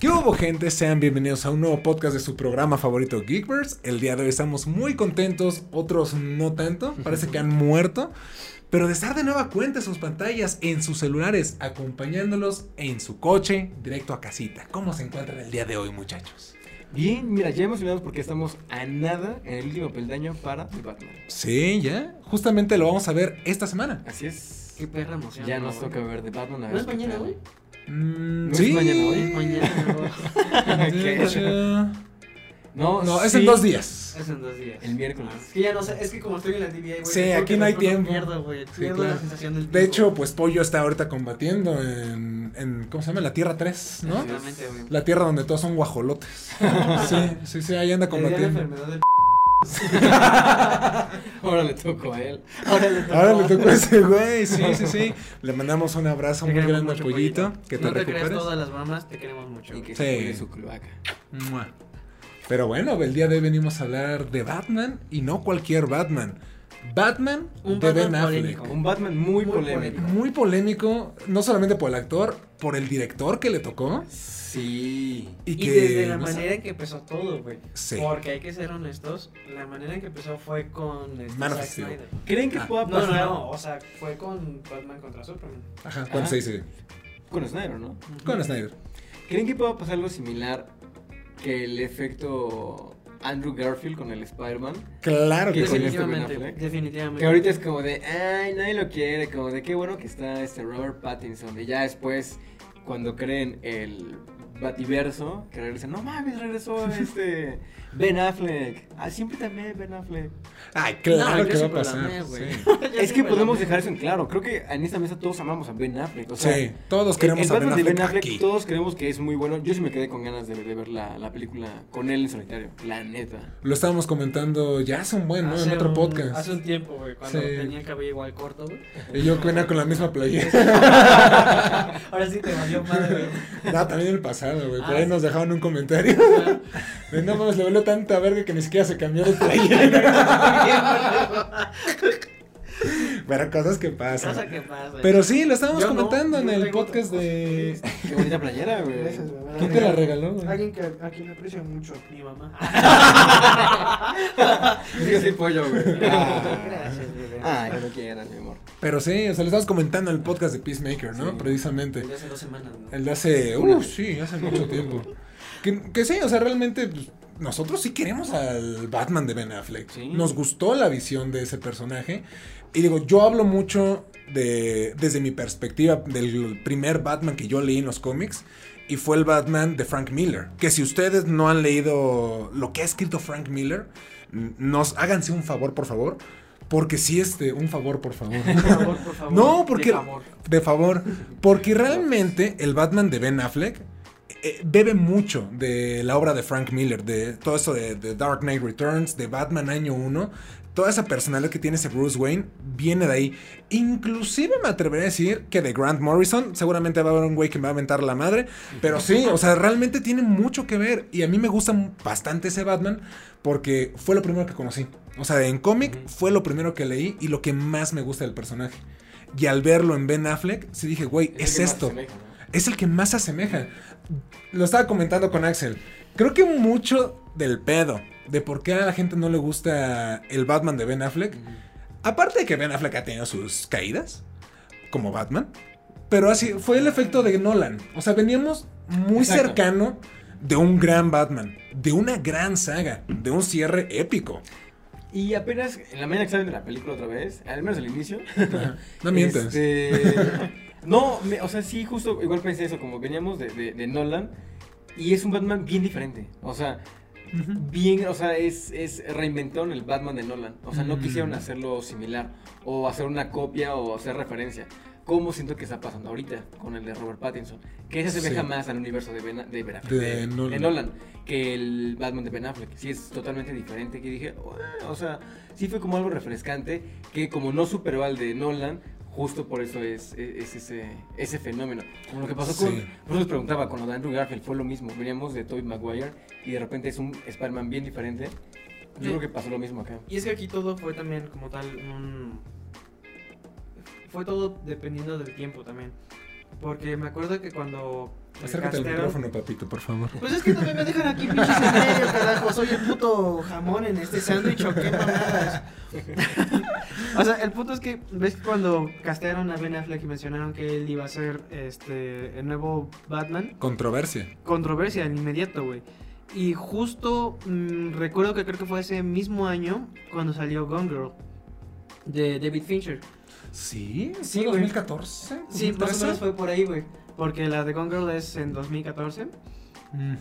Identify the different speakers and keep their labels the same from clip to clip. Speaker 1: ¿Qué hubo gente? Sean bienvenidos a un nuevo podcast de su programa favorito Geekverse. El día de hoy estamos muy contentos, otros no tanto, parece que han muerto. Pero de estar de nueva cuenta en sus pantallas, en sus celulares, acompañándolos en su coche, directo a casita. ¿Cómo se encuentran el día de hoy muchachos?
Speaker 2: Bien, mira, ya emocionados porque estamos a nada en el último peldaño para The Batman.
Speaker 1: Sí, ya. Justamente lo vamos a ver esta semana.
Speaker 2: Así es.
Speaker 3: Qué perra emoción.
Speaker 2: Ya nos toca ver The Batman. A
Speaker 3: ¿No
Speaker 2: ver
Speaker 3: es
Speaker 2: qué
Speaker 3: mañana,
Speaker 2: tal.
Speaker 3: güey?
Speaker 1: Mm,
Speaker 2: ¿No es
Speaker 1: sí.
Speaker 2: mañana hoy?
Speaker 3: Es mañana, güey.
Speaker 1: De hecho,
Speaker 2: No,
Speaker 1: No, es
Speaker 2: sí,
Speaker 1: en dos días.
Speaker 3: Es en dos días.
Speaker 2: El miércoles.
Speaker 3: Es que ya no sé, es que como estoy en la TVA, güey.
Speaker 1: Sí,
Speaker 3: te juro
Speaker 1: aquí
Speaker 3: que
Speaker 1: no hay
Speaker 3: después
Speaker 1: tiempo.
Speaker 3: Pierdo, güey.
Speaker 1: Sí,
Speaker 3: Pierdo
Speaker 1: claro.
Speaker 3: la sensación del tiempo.
Speaker 1: De hecho, pues Pollo está ahorita combatiendo en, en ¿cómo se llama? La Tierra 3, ¿no?
Speaker 2: Así
Speaker 3: Exactamente, güey.
Speaker 1: La tierra donde todos son guajolotes. Sí, sí, sí, ahí anda
Speaker 3: Le dio la
Speaker 1: combatiendo.
Speaker 3: enfermedad del
Speaker 1: Ah,
Speaker 2: Ahora le tocó a él.
Speaker 3: Ahora le
Speaker 1: Ahora Ah, le tocó a ese güey, sí, sí, sí. Le mandamos un abrazo
Speaker 3: Te
Speaker 1: muy
Speaker 3: queremos
Speaker 1: grande a
Speaker 3: mucho,
Speaker 1: Pollito. Que te
Speaker 3: no te creas
Speaker 1: recuperes.
Speaker 3: todas las mamás, te queremos mucho.
Speaker 2: Y
Speaker 3: güey.
Speaker 2: que
Speaker 1: Sí.
Speaker 2: se cuide su cloaca.
Speaker 1: Mua. Pero bueno, el día de hoy venimos a hablar de Batman y no cualquier Batman. Batman
Speaker 3: Un
Speaker 1: de Ben
Speaker 3: Batman
Speaker 1: Affleck.
Speaker 3: polémico.
Speaker 2: Un Batman muy,
Speaker 3: Muy
Speaker 2: polémico.
Speaker 3: polémico.
Speaker 1: Muy polémico, no solamente por el actor, por el director que le tocó.
Speaker 2: Sí.
Speaker 1: Y,
Speaker 3: Y
Speaker 1: que.
Speaker 3: desde la
Speaker 1: no sé,
Speaker 3: manera en que empezó todo, güey.
Speaker 1: Sí.
Speaker 3: Porque hay que ser honestos, la manera en que empezó fue con este,
Speaker 1: Man of
Speaker 3: Zack
Speaker 1: Steel.
Speaker 3: Snyder.
Speaker 2: ¿Creen que
Speaker 1: Ah.
Speaker 2: pueda
Speaker 3: No, no,
Speaker 2: pasar
Speaker 3: no, o sea, fue con Batman contra Superman.
Speaker 1: Ajá,
Speaker 3: ¿Ah?
Speaker 1: bueno, sí, sí.
Speaker 2: con Snyder, no?
Speaker 1: Con Snyder.
Speaker 2: ¿Creen que pueda pasar algo similar que el efecto Andrew Garfield con el Spider-Man?
Speaker 1: Claro que
Speaker 2: Que
Speaker 1: sí.
Speaker 2: con este Ben
Speaker 3: Definitivamente,
Speaker 2: Affleck.
Speaker 3: definitivamente.
Speaker 2: Que ahorita es como de, ay, nadie lo quiere, como de qué bueno que está este Robert Pattinson. Y ya después, cuando creen el Bativerso, que regresan, no mames, regresó este Ben Affleck. Ah, siempre también Ben Affleck.
Speaker 1: Ay, claro
Speaker 3: No, yo
Speaker 1: que va a
Speaker 3: siempre la
Speaker 1: pasar.
Speaker 3: amé, güey.
Speaker 1: sí.
Speaker 3: Ya
Speaker 2: es
Speaker 3: sí,
Speaker 2: que
Speaker 3: güey,
Speaker 2: podemos
Speaker 3: la-
Speaker 2: dejar eso en claro. Creo que en esta mesa todos amamos a Ben Affleck. O sea,
Speaker 1: Sí, todos
Speaker 2: el-
Speaker 1: queremos
Speaker 2: el
Speaker 1: a Ben
Speaker 2: Batman de
Speaker 1: Affleck
Speaker 2: Ben Affleck
Speaker 1: aquí.
Speaker 2: todos creemos que es muy bueno. Yo sí me quedé con ganas de, de ver la, la película con él en solitario, la neta.
Speaker 1: Lo estábamos comentando ya hace un buen, ¿no? En
Speaker 3: hace
Speaker 1: otro
Speaker 3: un-
Speaker 1: podcast.
Speaker 3: Hace un tiempo, güey, cuando
Speaker 1: Sí.
Speaker 3: tenía el cabello igual corto,
Speaker 1: Y
Speaker 3: güey.
Speaker 1: yo cuena con la misma playera.
Speaker 3: Ahora sí te valió madre, güey.
Speaker 1: No, también el pasado, güey. Por
Speaker 3: Ah,
Speaker 1: ahí
Speaker 3: sí.
Speaker 1: nos dejaron un comentario. De no mames, le valió tanta verga que ni siquiera se cambió de playera. Pero cosas que
Speaker 3: Cosa
Speaker 1: pasan.
Speaker 3: que pasa.
Speaker 1: Pero sí, lo estábamos
Speaker 3: Yo no,
Speaker 1: comentando
Speaker 3: yo
Speaker 1: en el
Speaker 3: tengo
Speaker 1: podcast
Speaker 3: otras
Speaker 1: de.
Speaker 2: Qué bonita playera, güey.
Speaker 3: Gracias, güey.
Speaker 1: ¿Quién te la regaló, güey?
Speaker 3: Alguien que, a quien aprecio mucho. Mi mamá.
Speaker 2: Digo así pollo, güey. Ah.
Speaker 3: Gracias, bebé.
Speaker 2: Ay, no lo quieran, mi amor.
Speaker 1: Pero sí, o sea, lo estábamos comentando en el podcast de Peacemaker, ¿no?
Speaker 2: Sí.
Speaker 1: Precisamente.
Speaker 3: Desde hace dos semanas, ¿no?
Speaker 1: El de hace. Uh, sí, hace mucho tiempo. Que, que sí, o sea, realmente pues, nosotros sí queremos al Batman de Ben Affleck.
Speaker 2: Sí.
Speaker 1: Nos gustó la visión de ese personaje. Y digo, yo hablo mucho de, desde mi perspectiva del primer Batman que yo leí en los cómics. Y fue el Batman de Frank Miller. Que si ustedes no han leído lo que ha escrito Frank Miller, n- nos háganse un favor, por favor. Porque sí, este, un favor, por favor.
Speaker 3: Por favor, por favor.
Speaker 1: No, porque-
Speaker 3: De favor.
Speaker 1: De favor. Porque realmente el Batman de Ben Affleck eh, bebe mucho de la obra de Frank Miller, de todo eso de, de Dark Knight Returns, de Batman Año 1. Toda esa personalidad que tiene ese Bruce Wayne viene de ahí. Inclusive me atrevería a decir que de Grant Morrison seguramente va a haber un güey que me va a aventar la madre. Pero sí, o sea, realmente tiene mucho que ver. Y a mí me gusta bastante ese Batman porque fue lo primero que conocí. O sea, en cómic
Speaker 2: Ujú.
Speaker 1: fue lo primero que leí y lo que más me gusta del personaje. Y al verlo en Ben Affleck, sí dije, güey, es,
Speaker 2: el que más
Speaker 1: esto.
Speaker 2: se asemeja, ¿no?
Speaker 1: Es el que más se asemeja. Lo estaba comentando con Axel. Creo que mucho del pedo de por qué a la gente no le gusta el Batman de Ben Affleck. Aparte de que Ben Affleck ha tenido sus caídas como Batman. Pero así fue el efecto de Nolan. O sea, veníamos muy
Speaker 2: Exacto.
Speaker 1: cercano de un gran Batman, de una gran saga, de un cierre épico.
Speaker 2: Y apenas en la mañana que salen de la película otra vez, al menos al inicio.
Speaker 1: No mientas.
Speaker 2: este, no, me- o sea, sí, justo igual pensé eso, como veníamos de, de- de Nolan. Y es un Batman bien diferente. O sea,
Speaker 1: Ujú.
Speaker 2: bien, o sea, es, es reinventaron el Batman de Nolan. O sea, no quisieron
Speaker 1: Mm.
Speaker 2: hacerlo similar o hacer una copia o hacer referencia. Como siento que está pasando ahorita con el de Robert Pattinson, que se asemeja
Speaker 1: Sí.
Speaker 2: más al universo de, Ben, de, Ben
Speaker 1: De
Speaker 2: Affleck, de- de
Speaker 1: Nolan.
Speaker 2: Nolan. que el Batman de Ben Affleck. Sí es totalmente diferente. Que dije, "Uah", o sea, sí fue como algo refrescante que como no superó al de Nolan. Justo por eso es, es- es ese, ese fenómeno. Como lo que pasó con.
Speaker 1: Sí.
Speaker 2: Por eso les preguntaba, con lo de Andrew Garfield fue lo mismo. Veníamos de Tobey Maguire y de repente es un Spider-Man bien diferente. Yo
Speaker 3: Sí.
Speaker 2: creo que pasó lo mismo acá.
Speaker 3: Y es que aquí todo fue también como tal un... Fue todo dependiendo del tiempo también. Porque me acuerdo que cuando. me
Speaker 1: Acércate al
Speaker 3: castearon-
Speaker 1: micrófono, papito, por favor.
Speaker 4: Pues es que no me dejan aquí pinches en medio, carajo. Soy el puto jamón en este sándwich o qué mamadas.
Speaker 3: O sea, el punto es que, ¿ves que cuando castearon a Ben Affleck y mencionaron que él iba a ser este, el nuevo Batman?
Speaker 1: Controversia.
Speaker 3: Controversia al inmediato, güey. Y justo mm, recuerdo que creo que fue ese mismo año cuando salió Gone Girl de David Fincher.
Speaker 1: Sí,
Speaker 3: Sí, güey.
Speaker 1: 2014.
Speaker 3: Sí, más o
Speaker 1: 2013.
Speaker 3: menos fue por ahí, güey. Porque la de Gone Girl es en 2014.
Speaker 1: Ujú.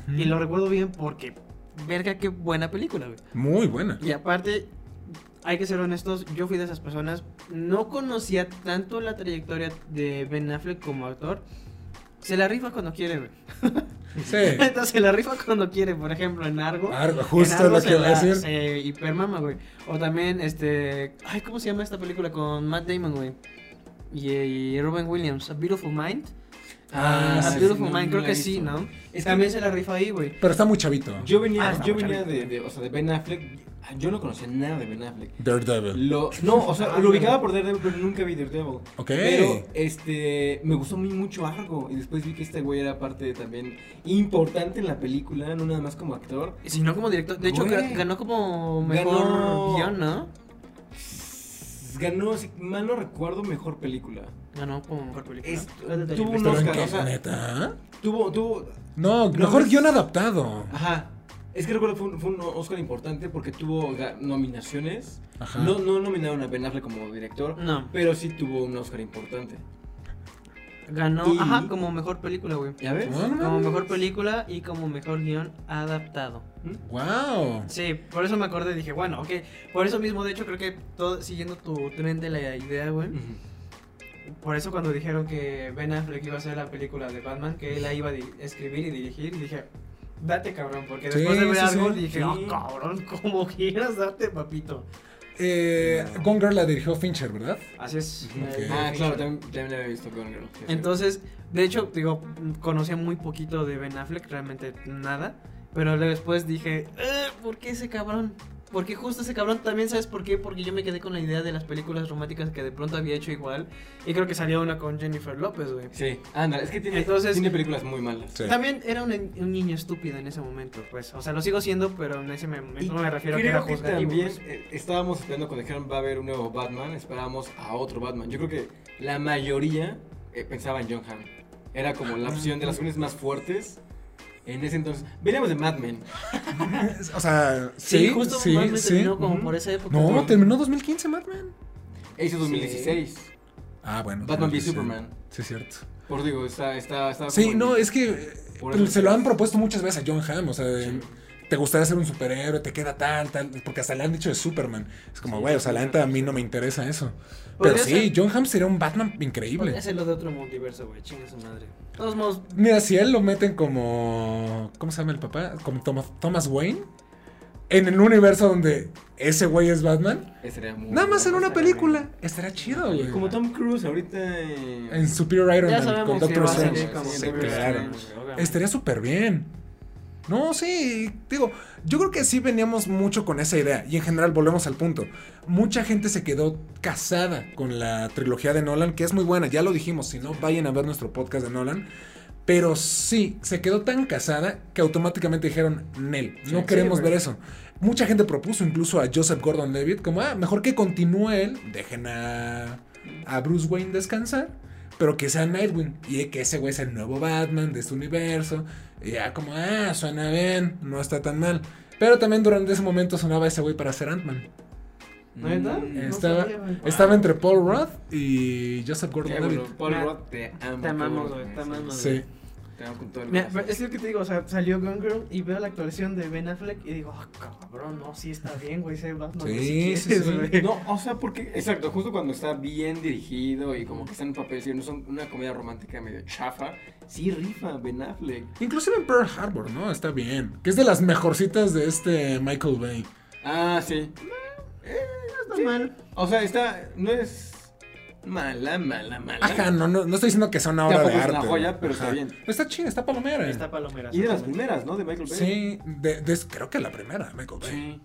Speaker 4: Mm.
Speaker 3: Y lo recuerdo bien porque, verga, qué buena película, güey.
Speaker 1: Muy buena.
Speaker 3: Y aparte, hay que ser honestos, yo fui de esas personas, no conocía tanto la trayectoria de Ben Affleck como actor. Se la rifa cuando quiere, güey.
Speaker 1: Sí.
Speaker 3: Neta, se la rifa cuando quiere, por ejemplo, en Argo.
Speaker 1: Argo,
Speaker 3: En
Speaker 1: justo
Speaker 3: Argo
Speaker 1: lo
Speaker 3: se
Speaker 1: que iba a
Speaker 3: la-
Speaker 1: decir.
Speaker 3: Se hipermama, güey. O también, este... Ay, ¿cómo se llama esta película con Matt Damon, güey? Y, y Robin Williams, A Beautiful Mind.
Speaker 1: Ah,
Speaker 3: a
Speaker 1: sí,
Speaker 2: no,
Speaker 3: Beautiful Mind,
Speaker 2: no
Speaker 3: creo
Speaker 2: la
Speaker 3: que
Speaker 2: he
Speaker 3: sí,
Speaker 2: visto.
Speaker 3: ¿no?
Speaker 2: Es que-
Speaker 3: también se la rifa ahí, güey.
Speaker 1: Pero está muy chavito.
Speaker 2: Yo venía,
Speaker 3: Ah, está
Speaker 2: yo
Speaker 3: muy
Speaker 2: venía
Speaker 3: chavito.
Speaker 2: de, de- o sea, de Ben Affleck. Yo no conocía nada de Ben Affleck.
Speaker 1: Daredevil.
Speaker 2: Lo, no, o sea, lo ubicaba por Daredevil, pero nunca vi Daredevil.
Speaker 1: Ok.
Speaker 2: Pero este me gustó muy mucho Argo y después vi que este güey era parte también importante en la película, no nada más como actor.
Speaker 3: Si no como director. De hecho,
Speaker 2: Güey.
Speaker 3: ga- ganó como mejor
Speaker 2: Ganó-
Speaker 3: guión, ¿no?
Speaker 2: Ganó, si mal no recuerdo, mejor película.
Speaker 3: Ganó como mejor película.
Speaker 2: Es-
Speaker 3: Espérate,
Speaker 2: tuvo
Speaker 1: ¿Pero
Speaker 3: espérate.
Speaker 1: en
Speaker 2: Oscar,
Speaker 1: qué?
Speaker 2: o sea-
Speaker 1: ¿Neta? ¿ah?
Speaker 2: Tuvo, tuvo,
Speaker 1: No,
Speaker 2: No,
Speaker 1: mejor
Speaker 2: es-
Speaker 1: guión adaptado.
Speaker 2: ajá. Es que recuerdo que fue un, fue un Oscar importante porque tuvo ga- nominaciones.
Speaker 1: Ajá.
Speaker 2: No, no nominaron a Ben Affleck como director,
Speaker 3: No,
Speaker 2: pero sí tuvo un Oscar importante.
Speaker 3: ganó
Speaker 2: Y-
Speaker 3: ajá, como mejor película, güey.
Speaker 2: ¿Ya ves?
Speaker 1: Ah, no
Speaker 3: Como
Speaker 1: mames.
Speaker 3: mejor película y como mejor guión adaptado.
Speaker 1: Wow.
Speaker 3: Sí, por eso me acordé y dije, bueno, ok. Por eso mismo, de hecho, creo que todo, siguiendo tu tren de la idea, güey.
Speaker 2: Ujú.
Speaker 3: Por eso cuando dijeron que Ben Affleck iba a hacer la película de Batman, que él la iba a di- escribir y dirigir, y dije, date cabrón, porque
Speaker 1: Sí,
Speaker 3: después de ver
Speaker 1: sí,
Speaker 3: algo
Speaker 1: sí.
Speaker 3: dije,
Speaker 2: Sí.
Speaker 3: oh cabrón, como quieras, date papito.
Speaker 1: Eh, Gone Girl la dirigió Fincher, ¿verdad?
Speaker 3: Así es.
Speaker 1: Ujú.
Speaker 3: eh,
Speaker 2: Ah,
Speaker 3: Fincher.
Speaker 2: claro, también, también la había visto con Girl. sí, sí.
Speaker 3: Entonces, de hecho, digo, conocía muy poquito de Ben Affleck, realmente nada. Pero luego después dije, "Eh, ¿por qué ese cabrón? Porque justo ese cabrón también, ¿sabes por qué? Porque yo me quedé con la idea de las películas románticas que de pronto había hecho igual. Y creo que salió una con Jennifer López, güey.
Speaker 2: Sí, anda, es que tiene,
Speaker 3: Entonces-
Speaker 2: tiene películas muy malas.
Speaker 1: Sí.
Speaker 3: También era un, un niño estúpido en ese momento, pues. O sea, lo sigo siendo, pero en ese momento no me refiero a que
Speaker 2: creo
Speaker 3: era
Speaker 2: que
Speaker 3: juzgativo.
Speaker 2: también
Speaker 3: pues.
Speaker 2: eh, estábamos esperando cuando dijeron va a haber un nuevo Batman, esperábamos a otro Batman. Yo creo que la mayoría eh, pensaba en John Hamm. Era como
Speaker 3: Ah.
Speaker 2: la opción de las opciones más fuertes en ese entonces. Veníamos de Mad Men.
Speaker 1: O sea,
Speaker 3: Sí,
Speaker 1: sí,
Speaker 3: justo
Speaker 1: sí,
Speaker 3: Batman
Speaker 1: sí.
Speaker 3: terminó como
Speaker 2: Ujú.
Speaker 3: por esa época.
Speaker 1: No,
Speaker 3: güey.
Speaker 1: terminó 2015 Batman.
Speaker 2: Ese es 2016.
Speaker 1: Ah, bueno.
Speaker 2: Batman
Speaker 1: sí,
Speaker 2: v
Speaker 1: sí.
Speaker 2: Superman.
Speaker 1: Sí, es cierto.
Speaker 2: Por digo, está, está, está
Speaker 1: Sí,
Speaker 2: como en-
Speaker 1: no, es que eh,
Speaker 2: por
Speaker 1: pero
Speaker 2: eso-
Speaker 1: se lo han propuesto muchas veces a John Hamm. O sea, de,
Speaker 2: Sí.
Speaker 1: te gustaría ser un superhéroe, te queda tal, tal. Porque hasta le han dicho de Superman. Es como,
Speaker 2: Sí,
Speaker 1: güey, o sea, la
Speaker 2: sí,
Speaker 1: neta a
Speaker 2: sí.
Speaker 1: mí no me interesa eso. Pero
Speaker 3: Podría
Speaker 1: sí,
Speaker 3: ser-
Speaker 1: John Hamm sería un Batman increíble.
Speaker 3: podría ser lo de otro multiverso, güey. Chinga su madre. De todos modos,
Speaker 1: Mira, si a él lo meten como. ¿Cómo se llama el papá? Como Thomas, Thomas Wayne. En el universo donde ese güey es Batman.
Speaker 2: Ese era muy
Speaker 1: Nada más en
Speaker 2: bueno.
Speaker 1: una película. Estaría chido, güey.
Speaker 2: Como Tom Cruise ahorita en,
Speaker 1: En Superior Iron
Speaker 3: Ya
Speaker 1: Man
Speaker 3: sabemos
Speaker 1: con
Speaker 3: que
Speaker 1: Doctor
Speaker 3: va a salir
Speaker 1: Strange.
Speaker 3: como
Speaker 1: Sí,
Speaker 3: Doctor
Speaker 1: claro.
Speaker 3: Strange.
Speaker 1: Estaría súper bien. No, sí, digo, yo creo que sí veníamos mucho con esa idea. Y en general, volvemos al punto. Mucha gente se quedó casada con la trilogía de Nolan, que es muy buena, ya lo dijimos. Si no, vayan a ver nuestro podcast de Nolan. Pero sí, se quedó tan casada que automáticamente dijeron, Nel, no
Speaker 2: Sí,
Speaker 1: queremos
Speaker 2: sí,
Speaker 1: ver
Speaker 2: güey.
Speaker 1: eso. Mucha gente propuso incluso a Joseph Gordon Levitt, como, ah, mejor que continúe él, dejen a, a Bruce Wayne descansar, pero que sea Nightwing y que ese güey es el nuevo Batman de este universo. Y ya, como, ah, suena bien, no está tan mal. Pero también durante ese momento sonaba ese güey para ser Ant-Man.
Speaker 2: Mm,
Speaker 3: ¿Neta? No
Speaker 1: Estaba-
Speaker 3: sabía, güey.
Speaker 1: Estaba entre Paul Roth y Joseph
Speaker 2: Qué
Speaker 1: Gordon Levitt.
Speaker 2: bueno, Paul
Speaker 3: Nah,
Speaker 2: Rudd, te amo.
Speaker 3: te amamos,
Speaker 2: Paul Rudd,
Speaker 3: güey, te amamos.
Speaker 1: Sí.
Speaker 2: Te amo con todo el
Speaker 3: Mira,
Speaker 2: corazón.
Speaker 3: pero es lo que te digo, o sea, salió Gone Girl y veo la actuación de Ben Affleck y digo, ah, cabrón, no, sí está bien, güey, ese Batman.
Speaker 1: Sí,
Speaker 3: si quieres,
Speaker 1: sí, sí.
Speaker 3: güey".
Speaker 2: No, o sea, porque, exacto, justo cuando está bien dirigido y como que está en un papel, si no son una comedia romántica medio chafa, sí rifa Ben Affleck.
Speaker 1: Inclusive en Pearl Harbor, ¿no? Está bien. Que es de las mejorcitas de este Michael Bay.
Speaker 2: Ah, sí.
Speaker 3: No está mal.
Speaker 2: O sea, está, no es mala, mala, mala.
Speaker 1: Ajá, no, no, no estoy diciendo que sea una obra
Speaker 2: Tampoco
Speaker 1: de
Speaker 2: es una
Speaker 1: arte.
Speaker 2: joya, pero está
Speaker 1: Ajá.
Speaker 2: bien.
Speaker 1: Está chida, está palomera.
Speaker 3: Está palomera.
Speaker 2: Y de las
Speaker 3: exactamente.
Speaker 2: primeras, ¿no? De Michael Bay.
Speaker 1: Sí, de- de- creo que la primera, Michael Bay.
Speaker 2: Sí.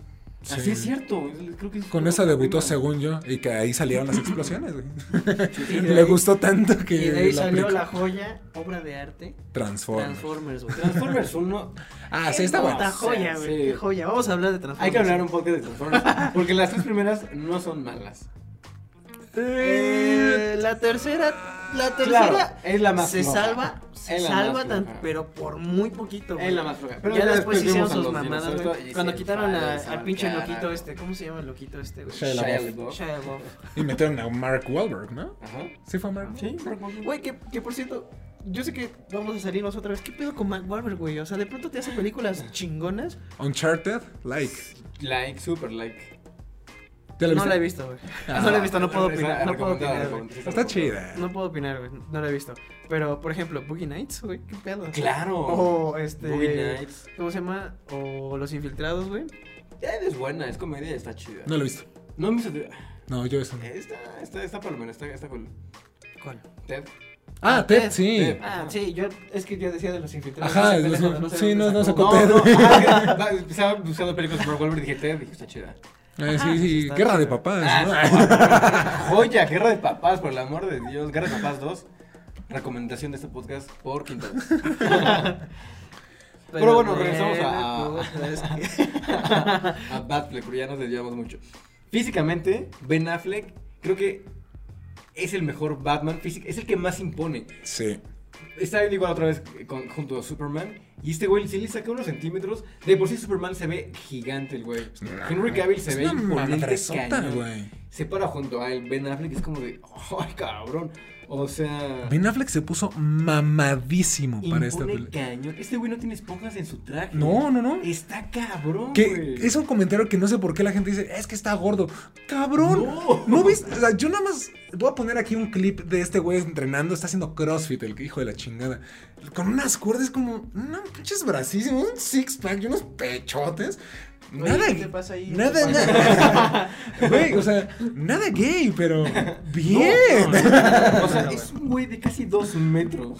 Speaker 2: Así es cierto. Creo que es
Speaker 1: Con
Speaker 2: como
Speaker 1: esa
Speaker 2: la
Speaker 1: debutó
Speaker 2: prima.
Speaker 1: según yo y que ahí salieron las explosiones. güey.
Speaker 3: Y de
Speaker 1: Le
Speaker 3: ahí-
Speaker 1: gustó tanto que
Speaker 3: Y de ahí
Speaker 1: la
Speaker 3: salió
Speaker 1: película-
Speaker 3: la joya, obra de arte,
Speaker 1: Transformers.
Speaker 3: Transformers, güey.
Speaker 2: Transformers 1.
Speaker 1: Ah, sí, está
Speaker 2: No,
Speaker 1: bueno.
Speaker 3: Puta joya,
Speaker 2: sí,
Speaker 3: güey.
Speaker 2: sí.
Speaker 3: Qué joya. Vamos a hablar de Transformers.
Speaker 2: Hay que hablar un poco de Transformers. Porque las tres primeras no son malas.
Speaker 3: Eh, la tercera, la tercera
Speaker 2: Claro, es la más
Speaker 3: se
Speaker 2: floja.
Speaker 3: salva, se
Speaker 2: Es la más
Speaker 3: salva tan,
Speaker 2: floja.
Speaker 3: pero por muy poquito. güey.
Speaker 2: Es la más floja. Pero
Speaker 3: ya después hicieron
Speaker 2: vimos a
Speaker 3: sus
Speaker 2: los
Speaker 3: mamadas,
Speaker 2: dinosaurios
Speaker 3: güey.
Speaker 2: y
Speaker 3: Cuando
Speaker 2: se
Speaker 3: quitaron a-
Speaker 2: enfadaron,
Speaker 3: al pinche
Speaker 2: cara.
Speaker 3: loquito este, ¿cómo se llama el loquito este, güey?
Speaker 1: Shia
Speaker 2: Shia
Speaker 1: LaBeouf.
Speaker 2: LaBeouf.
Speaker 3: Shia LaBeouf.
Speaker 1: Y metieron a Mark Wahlberg, ¿no?
Speaker 2: Ajá.
Speaker 1: Sí fue Mark.
Speaker 2: Sí,
Speaker 3: Güey, que, que por cierto, yo sé que vamos a salirnos otra vez. ¿Qué pedo con Mark Wahlberg, güey? O sea, de pronto te hacen películas chingonas.
Speaker 1: Uncharted, like.
Speaker 2: Like, super like.
Speaker 1: ¿Ya la
Speaker 3: no
Speaker 1: viste?
Speaker 3: la he visto, güey.
Speaker 1: Ah.
Speaker 3: No la he visto, no puedo
Speaker 2: Esa-
Speaker 3: opinar. No puedo
Speaker 2: recomendada,
Speaker 3: opinar, güey.
Speaker 2: recomendada.
Speaker 1: Está chida.
Speaker 3: No puedo opinar, güey. No la he visto. Pero, por ejemplo, Boogie Nights, güey. ¿Qué pedo?
Speaker 2: Claro. Oh,
Speaker 3: O este.
Speaker 2: Boogie Nights.
Speaker 3: ¿Cómo se llama? O Los Infiltrados, güey.
Speaker 2: Ya es buena, es comedia, está chida.
Speaker 1: No lo he visto.
Speaker 2: No me hizo.
Speaker 1: No, yo eso. no.
Speaker 2: Eh, Está, está, está palomera, está, está cool.
Speaker 3: ¿Cuál?
Speaker 2: Ted.
Speaker 1: Ah, Ted, sí.
Speaker 2: Ted.
Speaker 3: Ah, sí, yo. Es que yo decía de Los Infiltrados.
Speaker 1: Ajá,
Speaker 3: ese pendejo,
Speaker 1: los-
Speaker 3: sé
Speaker 1: sí,
Speaker 3: dónde
Speaker 1: no- no
Speaker 3: sacó.
Speaker 1: Con
Speaker 2: No,
Speaker 1: Ted.
Speaker 2: no, ah, va, estaba buscando películas por Wolverine y dije Ted, dije, está chida.
Speaker 1: Eh,
Speaker 3: Ajá,
Speaker 1: sí, sí.
Speaker 3: está
Speaker 1: Guerra de
Speaker 3: chido.
Speaker 1: papás, ¿no?
Speaker 2: Ah, Joya, guerra de papás, por el amor de Dios. Guerra de papás 2. Recomendación de este podcast por quinta vez. Pero bueno, regresamos a-
Speaker 3: bueno, pues, es que-
Speaker 2: a Batfleck, pero ya nos desviamos mucho. Físicamente, Ben Affleck creo que es el mejor Batman físico, es el que más impone.
Speaker 1: Sí.
Speaker 2: Está viendo igual otra vez con- junto a Superman. Y este güey, si le saca unos centímetros, de por sí Superman se ve gigante el güey. Henry Cavill se
Speaker 1: Es
Speaker 2: ve
Speaker 1: una
Speaker 2: imponente,
Speaker 1: mamadresota,
Speaker 2: cañón.
Speaker 1: güey.
Speaker 2: Se para junto a él, Ben Affleck, es como de, ¡ay, cabrón! O sea,
Speaker 1: Ben Affleck se puso mamadísimo para esta
Speaker 2: impone
Speaker 1: película.
Speaker 2: cañón. Este güey no tiene esponjas en su traje.
Speaker 1: No, no, no.
Speaker 2: Está cabrón,
Speaker 1: Que
Speaker 2: güey.
Speaker 1: es un comentario que no sé por qué la gente dice, es que está gordo. Cabrón.
Speaker 2: No.
Speaker 1: No, viste. O sea, yo nada más voy a poner aquí un clip de este güey entrenando, está haciendo CrossFit, el hijo de la chingada. Con unas cuerdas como, no, pinches bracísimos, un six pack y unos pechotes.
Speaker 4: Oye,
Speaker 1: Nada,
Speaker 4: ¿qué te pasa ahí?
Speaker 1: nada,
Speaker 4: Oye.
Speaker 1: nada. Güey, o sea, nada gay, pero bien.
Speaker 2: O sea, es un güey de casi dos metros.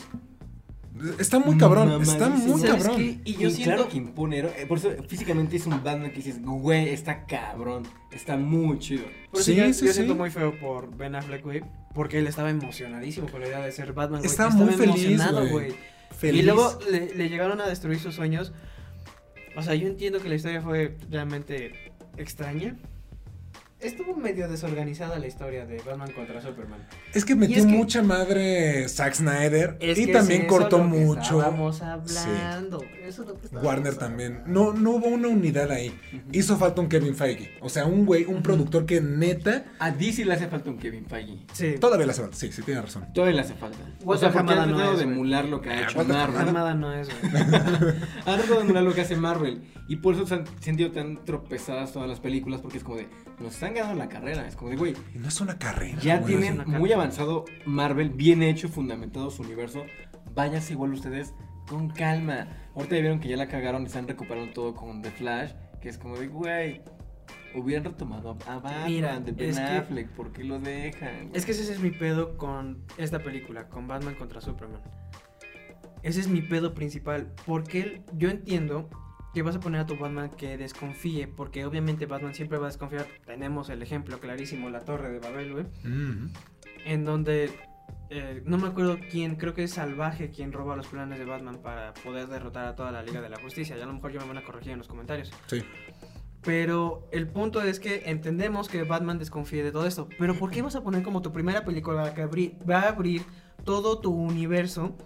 Speaker 1: Está muy cabrón,
Speaker 2: Mamá,
Speaker 1: está
Speaker 2: dice,
Speaker 1: muy
Speaker 2: ¿sabes
Speaker 1: cabrón.
Speaker 2: qué? Y yo siento que impone, ¿no? Eh, por eso físicamente es un Batman que dices, güey, está cabrón, está muy chido.
Speaker 3: Por eso
Speaker 1: Sí,
Speaker 3: yo,
Speaker 1: sí,
Speaker 3: yo
Speaker 1: sí.
Speaker 3: siento muy feo por Ben Affleck, güey. Porque él estaba emocionadísimo con la idea de ser Batman. güey,
Speaker 1: Estaba
Speaker 3: que
Speaker 1: muy feliz,
Speaker 3: emocionado,
Speaker 1: güey.
Speaker 3: Y luego le, le llegaron a destruir sus sueños. O sea, yo entiendo que la historia fue realmente extraña. Estuvo medio desorganizada la historia de Batman contra Superman.
Speaker 1: Es que metió
Speaker 3: es que-
Speaker 1: mucha madre Zack Snyder y
Speaker 3: que
Speaker 1: también
Speaker 3: es eso
Speaker 1: cortó
Speaker 3: lo que
Speaker 1: mucho.
Speaker 3: Estábamos hablando. Eso es lo que estábamos
Speaker 1: Warner
Speaker 3: hablando.
Speaker 1: también. No, no hubo una unidad ahí. Hizo falta un Kevin Feige. O sea, un güey, un productor que neta.
Speaker 2: A DC le hace falta un Kevin Feige.
Speaker 3: Sí.
Speaker 1: Todavía la hace falta. Sí, sí, tiene razón.
Speaker 2: Todavía le hace falta. O
Speaker 3: What
Speaker 2: sea,
Speaker 3: the
Speaker 2: porque
Speaker 3: Hamada
Speaker 2: han
Speaker 3: no
Speaker 2: tratado
Speaker 3: es,
Speaker 2: de
Speaker 3: güey.
Speaker 2: emular lo que ha
Speaker 3: Eh,
Speaker 1: Ah,
Speaker 2: hecho
Speaker 1: what the
Speaker 2: Marvel.
Speaker 3: Armada no es, güey.
Speaker 2: Han tratado de emular lo que hace Marvel. Y por eso se han sentido tan tropezadas todas las películas, porque es como de, nos están ganando la carrera. Es como de, güey,
Speaker 1: Y no es una carrera.
Speaker 2: Ya
Speaker 1: güey.
Speaker 2: tienen
Speaker 3: una carta.
Speaker 2: muy avanzado Marvel, bien hecho, fundamentado su universo. Váyanse igual ustedes con calma. Ahorita ya vieron que ya la cagaron y están recuperando todo con The Flash, que es como de, güey, hubieran retomado a Batman
Speaker 3: Mira,
Speaker 2: de Ben
Speaker 3: es que-
Speaker 2: Affleck, ¿por qué lo dejan? güey?
Speaker 3: Es que ese es mi pedo con esta película, con Batman contra Superman. Ese es mi pedo principal, porque el- yo entiendo que vas a poner a tu Batman que desconfíe, porque obviamente Batman siempre va a desconfiar. Tenemos el ejemplo clarísimo, la torre de Babel, güey,
Speaker 1: Mm.
Speaker 3: en donde eh, no me acuerdo quién, creo que es Salvaje quien roba los planes de Batman para poder derrotar a toda la Liga de la Justicia. Y a lo mejor ya me van a corregir en los comentarios.
Speaker 1: Sí.
Speaker 3: Pero el punto es que entendemos que Batman desconfíe de todo esto. Pero ¿por qué vas a poner como tu primera película la que abri- va a abrir todo tu universo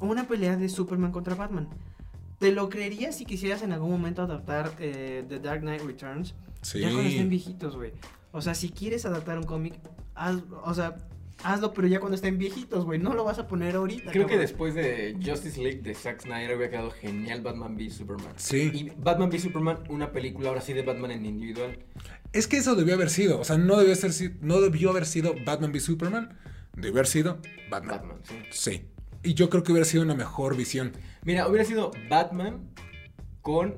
Speaker 3: una pelea de Superman contra Batman? ¿Te lo creerías si quisieras en algún momento adaptar eh, The Dark Knight Returns?
Speaker 1: Sí.
Speaker 3: Ya cuando estén viejitos, güey. O sea, si quieres adaptar un cómic, haz- o sea, hazlo, pero ya cuando estén viejitos, güey. No lo vas a poner ahorita.
Speaker 2: Creo que
Speaker 3: cabrón.
Speaker 2: después de Justice League de Zack Snyder hubiera quedado genial Batman v Superman.
Speaker 1: Sí.
Speaker 2: Y Batman v Superman, una película ahora sí de Batman en individual.
Speaker 1: Es que eso debió haber sido. O sea, no debió, ser, si- no debió haber sido Batman v Superman. Debió haber sido Batman.
Speaker 2: Batman, sí.
Speaker 1: Sí. Y yo creo que hubiera sido una mejor visión.
Speaker 2: Mira, hubiera sido Batman con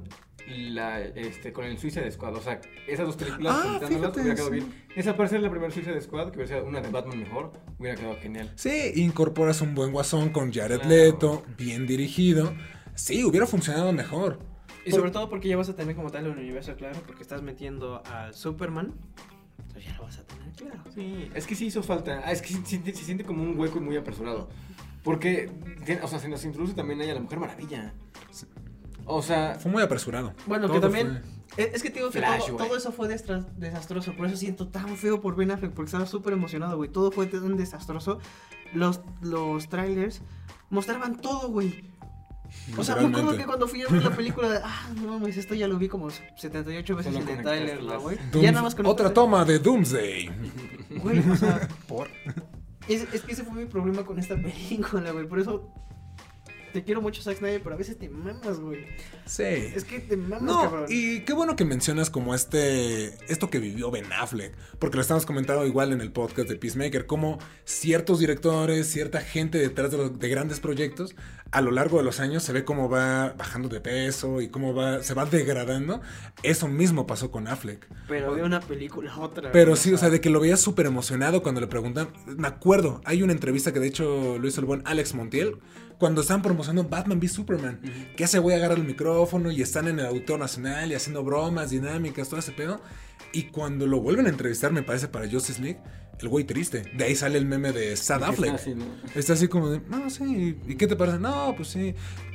Speaker 2: la este con el Suicide Squad, o sea, esas dos películas
Speaker 1: Ah,
Speaker 2: juntándolas
Speaker 1: fíjate,
Speaker 2: hubiera quedado
Speaker 1: sí.
Speaker 2: bien. Esa parte es la primera Suicide Squad, que hubiera sido una de Batman mejor, hubiera quedado genial.
Speaker 1: Sí, incorporas un buen guasón con Jared
Speaker 2: Claro.
Speaker 1: Leto, bien dirigido. Sí, hubiera funcionado mejor.
Speaker 3: Y sobre todo porque ya vas a tener como tal el universo claro, porque estás metiendo al Superman. Entonces ya lo vas a tener claro.
Speaker 2: Sí, es que sí hizo falta. Ah, es que se, siente- se siente como un hueco y muy apresurado. Porque, tiene- o sea, se nos introduce también ahí a la Mujer Maravilla. O sea,
Speaker 1: Fue muy apresurado.
Speaker 3: Bueno, que
Speaker 1: Todo
Speaker 3: también. e, Es, es que te digo que
Speaker 2: Flash,
Speaker 3: todo,
Speaker 2: güey.
Speaker 3: todo eso fue destra- desastroso. Por eso siento tan feo por Ben Affleck, porque estaba súper emocionado, güey. Todo fue tan desastroso. Los, los trailers mostraban todo, güey.
Speaker 1: fue
Speaker 3: O sea, me acuerdo
Speaker 1: literalmente.
Speaker 3: que cuando fui a ver la película, ah, no mames, esto ya lo vi como 78 veces
Speaker 2: Solo
Speaker 3: en el
Speaker 2: conectaste
Speaker 3: trailer, ¿no,
Speaker 2: las-
Speaker 3: güey?
Speaker 1: Dooms-
Speaker 3: Ya nada más con este-
Speaker 1: Otra toma de Doomsday.
Speaker 3: Güey, o sea, ¿por? Es, es que ese fue mi problema con esta película, güey. Por eso te quiero mucho, Zack Snyder, pero a veces te mamas, güey.
Speaker 1: Sí.
Speaker 3: Es que te mamas,
Speaker 1: No,
Speaker 3: cabrón.
Speaker 1: y qué bueno que mencionas como este, esto que vivió Ben Affleck, porque lo estamos comentando igual en el podcast de Peacemaker, como ciertos directores, cierta gente detrás de, los- de grandes proyectos, a lo largo de los años se ve cómo va bajando de peso y cómo va, se va degradando. Eso mismo pasó con Affleck.
Speaker 3: Pero de una película a otra.
Speaker 1: Pero
Speaker 3: güey,
Speaker 1: sí, o sea, de que lo veía súper emocionado cuando le preguntan. Me acuerdo, hay una entrevista que de hecho lo hizo el buen Alex Montiel. Cuando estaban promocionando Batman v Superman, que ese güey agarra el micrófono y están en el Auditor Nacional y haciendo bromas, dinámicas, todo ese pedo. Y cuando lo vuelven a entrevistar, me parece para Justice League, el güey triste. De ahí sale el meme de Sad
Speaker 2: que está
Speaker 1: Affleck.
Speaker 2: así, ¿no?
Speaker 1: Está así como de, no, sí, ¿y qué te parece? No, pues sí.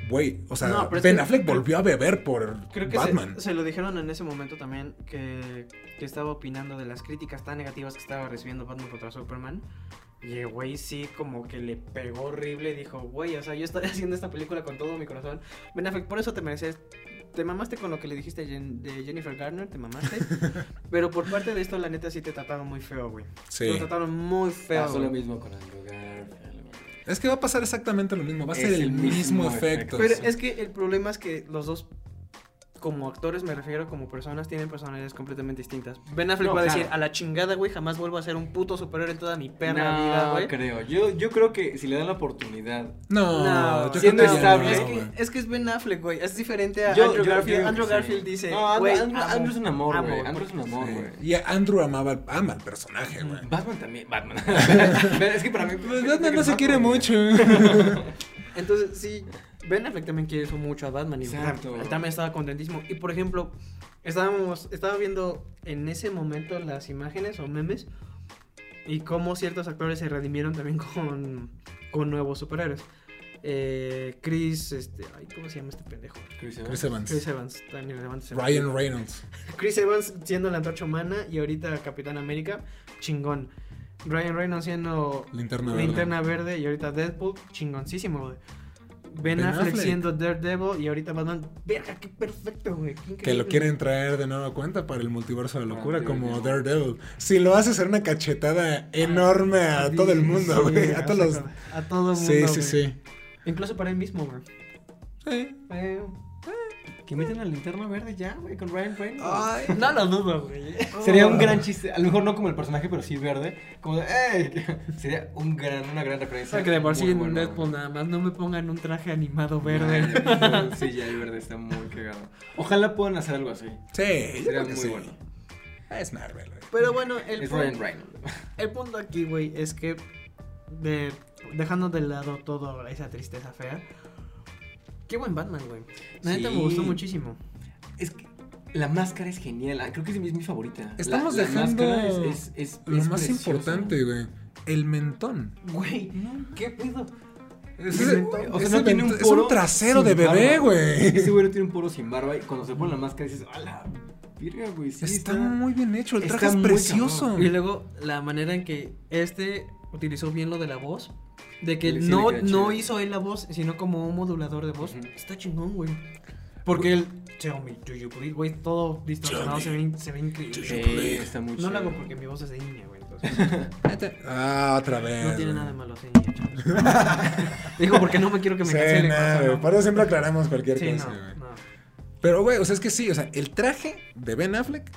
Speaker 1: Güey, o sea,
Speaker 3: No, pero es
Speaker 1: Ben
Speaker 3: que-
Speaker 1: Affleck volvió a beber por
Speaker 3: Creo que se-
Speaker 1: Batman.
Speaker 3: Se, lo dijeron en ese momento también que, que estaba opinando de las críticas tan negativas que estaba recibiendo Batman contra Superman. Y el güey sí como que le pegó horrible y dijo, güey, o sea, yo estoy haciendo esta película con todo mi corazón. Ben Affleck, por eso te mereces... Te mamaste con lo que le dijiste a Jen- de Jennifer Garner, te mamaste. pero por parte de esto, la neta, sí te trataron muy feo, güey. Te
Speaker 1: Sí.
Speaker 3: trataron muy feo.
Speaker 2: Pasó lo
Speaker 3: güey.
Speaker 2: mismo con Andrew Garfield. güey.
Speaker 1: Es que va a pasar exactamente lo mismo. Va a
Speaker 2: Es
Speaker 1: ser el,
Speaker 2: el
Speaker 1: mismo,
Speaker 2: mismo
Speaker 1: efecto.
Speaker 2: efecto.
Speaker 3: Pero
Speaker 2: Sí.
Speaker 3: es que el problema es que los dos, como actores me refiero, como personas, tienen personalidades completamente distintas. Ben Affleck
Speaker 2: No,
Speaker 3: va a decir,
Speaker 2: claro.
Speaker 3: a la chingada, güey, jamás vuelvo a ser un puto superhéroe en toda mi perra
Speaker 2: no,
Speaker 3: vida, güey.
Speaker 2: creo. Yo, yo creo que si le dan la oportunidad.
Speaker 1: No,
Speaker 3: No,
Speaker 1: yo
Speaker 2: siendo
Speaker 1: creo que ya no,
Speaker 2: estable.
Speaker 3: Es
Speaker 1: güey.
Speaker 3: que, es que es Ben Affleck, güey. Es diferente a
Speaker 2: yo-
Speaker 3: Andrew
Speaker 2: yo
Speaker 3: Garfield.
Speaker 2: creo que
Speaker 3: Andrew
Speaker 2: sí.
Speaker 3: Garfield dice,
Speaker 2: No, Andrew-
Speaker 3: güey,
Speaker 2: Andrew,
Speaker 3: amo,
Speaker 2: Andrew es un amor,
Speaker 3: amo,
Speaker 2: güey.
Speaker 3: porque-
Speaker 2: Andrew es un amor,
Speaker 1: Sí.
Speaker 2: güey.
Speaker 1: Y a Andrew amaba, ama al personaje, güey.
Speaker 2: Batman también, Batman. Pero es que para mí.
Speaker 1: Pues Batman no se
Speaker 2: Batman,
Speaker 1: quiere
Speaker 2: güey.
Speaker 1: mucho.
Speaker 3: Entonces, sí, Ben Affleck también quiere eso mucho a Batman. Y
Speaker 2: Exacto.
Speaker 3: tam- también estaba contentísimo. Y por ejemplo, estábamos, estaba viendo en ese momento las imágenes o memes y cómo ciertos actores se redimieron también con, con nuevos superhéroes. Eh, Chris, este, ay, ¿cómo se llama este pendejo?
Speaker 2: Chris Evans.
Speaker 1: Chris Evans.
Speaker 3: Chris Evans, tan irrelevante. se me
Speaker 1: Ryan
Speaker 3: olvidó.
Speaker 1: Reynolds.
Speaker 3: Chris Evans siendo la antorcha humana y ahorita Capitán América, chingón. Ryan Reynolds siendo
Speaker 1: Linterna verde.
Speaker 3: Linterna Verde y ahorita Deadpool, chingoncísimo, güey. Ben,
Speaker 1: Ben
Speaker 3: Affleck,
Speaker 1: Affleck.
Speaker 3: siendo Daredevil y ahorita Batman, verga, qué perfecto, güey. qué
Speaker 1: Que lo
Speaker 3: increíble.
Speaker 1: quieren traer de nueva cuenta para el multiverso de locura,
Speaker 2: Ah,
Speaker 1: como
Speaker 2: Daredevil.
Speaker 1: Daredevil. Si lo haces, será una cachetada enorme a
Speaker 3: Sí,
Speaker 1: todo el mundo,
Speaker 3: sí,
Speaker 1: güey.
Speaker 3: o
Speaker 1: a
Speaker 3: sea,
Speaker 1: todos los.
Speaker 3: A todo el mundo.
Speaker 1: Sí, sí,
Speaker 3: güey.
Speaker 1: sí.
Speaker 3: Incluso para él mismo, güey.
Speaker 1: Sí.
Speaker 3: Eh,
Speaker 2: Que metan al linterna verde ya, güey, con Ryan Reynolds.
Speaker 3: no lo dudo, güey.
Speaker 2: Sería un gran chiste, a lo mejor no como el personaje, pero sí verde. Como de, ¡eh! Sería un gran, una gran referencia.
Speaker 3: que de por sí
Speaker 2: Muy
Speaker 3: en
Speaker 2: bueno.
Speaker 3: Deadpool nada más no me pongan un traje animado verde.
Speaker 2: Ay, Sí, ya el verde está muy cagado. Ojalá puedan hacer algo así.
Speaker 1: Sí, yo
Speaker 2: Sería
Speaker 1: creo que
Speaker 2: muy
Speaker 1: sí.
Speaker 2: bueno.
Speaker 1: Es Marvel, güey.
Speaker 3: Pero bueno, el
Speaker 2: Es
Speaker 3: punto-
Speaker 2: Ryan Reynolds.
Speaker 3: El punto aquí, güey, es que de- dejando de lado toda esa tristeza fea. Qué buen Batman, güey. La neta
Speaker 2: Sí.
Speaker 3: me gustó muchísimo.
Speaker 2: Es que la máscara es genial. ah, Creo que es mi, es mi favorita.
Speaker 1: Estamos
Speaker 2: La- la
Speaker 1: dejando
Speaker 2: máscara es, es, es-
Speaker 1: Lo
Speaker 2: es
Speaker 1: más
Speaker 2: preciosa.
Speaker 1: importante, güey. El mentón.
Speaker 3: Güey, ¿qué pedo?
Speaker 1: Es,
Speaker 2: Ese- o sea, no tiene un
Speaker 1: es un
Speaker 2: poro
Speaker 1: trasero
Speaker 2: sin
Speaker 1: de bebé,
Speaker 2: barba.
Speaker 1: güey.
Speaker 2: Ese güey no tiene un poro sin barba y cuando se pone la máscara dices, ¡ala! Virga, güey. Sí,
Speaker 1: está, muy bien hecho, el
Speaker 2: está
Speaker 1: traje es
Speaker 2: muy
Speaker 1: precioso.
Speaker 2: cabrón.
Speaker 3: Y luego la manera en que este utilizó bien lo de la voz. De que
Speaker 2: Sí, le
Speaker 3: no,
Speaker 2: queda
Speaker 3: no
Speaker 2: chido.
Speaker 3: hizo él la voz, sino como un modulador de voz.
Speaker 2: Ujú.
Speaker 3: Está chingón, güey. Porque él. Tell me, do you believe? Güey, todo distorsionado
Speaker 1: Tell
Speaker 3: se ve, se ve increíble.
Speaker 2: Sí, está muy
Speaker 3: No lo hago
Speaker 2: chido.
Speaker 3: porque mi voz es de niña, güey. Entonces,
Speaker 1: Ah, otra vez.
Speaker 3: no tiene
Speaker 1: güey.
Speaker 3: nada de malo ser niña, chavos. Digo, porque no me quiero que me
Speaker 1: Sí,
Speaker 3: cancelen.
Speaker 1: nada,
Speaker 3: cosa,
Speaker 1: güey,
Speaker 3: ¿no?
Speaker 1: Por eso siempre aclaramos cualquier
Speaker 3: Sí,
Speaker 1: cosa,
Speaker 3: no,
Speaker 1: güey.
Speaker 3: no.
Speaker 1: Pero, güey, o sea, es que sí, o sea, el traje de Ben Affleck,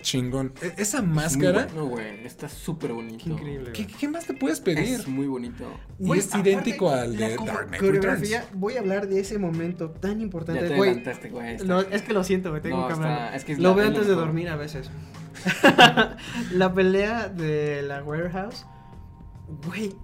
Speaker 1: chingón. E- esa máscara,
Speaker 2: No, güey. Está súper bonito.
Speaker 3: Qué increíble.
Speaker 1: ¿qué,
Speaker 3: güey.
Speaker 1: qué más te puedes pedir?
Speaker 2: Es muy bonito.
Speaker 1: Y
Speaker 4: Güey,
Speaker 1: es idéntico
Speaker 4: aparte,
Speaker 1: al
Speaker 4: la
Speaker 1: de
Speaker 4: co-
Speaker 1: Dark Knight
Speaker 4: coreografía,
Speaker 1: Returns.
Speaker 4: voy a hablar de ese momento tan
Speaker 2: Ya
Speaker 4: importante,
Speaker 2: te
Speaker 4: güey.
Speaker 2: adelantaste, güey.
Speaker 3: No, es que lo siento, güey, tengo
Speaker 2: No,
Speaker 3: que
Speaker 2: está-
Speaker 3: hablar.
Speaker 2: es que es
Speaker 3: lo
Speaker 2: la-
Speaker 3: veo
Speaker 2: es
Speaker 3: antes
Speaker 2: lo
Speaker 3: de
Speaker 2: mejor.
Speaker 3: dormir a veces. la pelea de la warehouse, güey,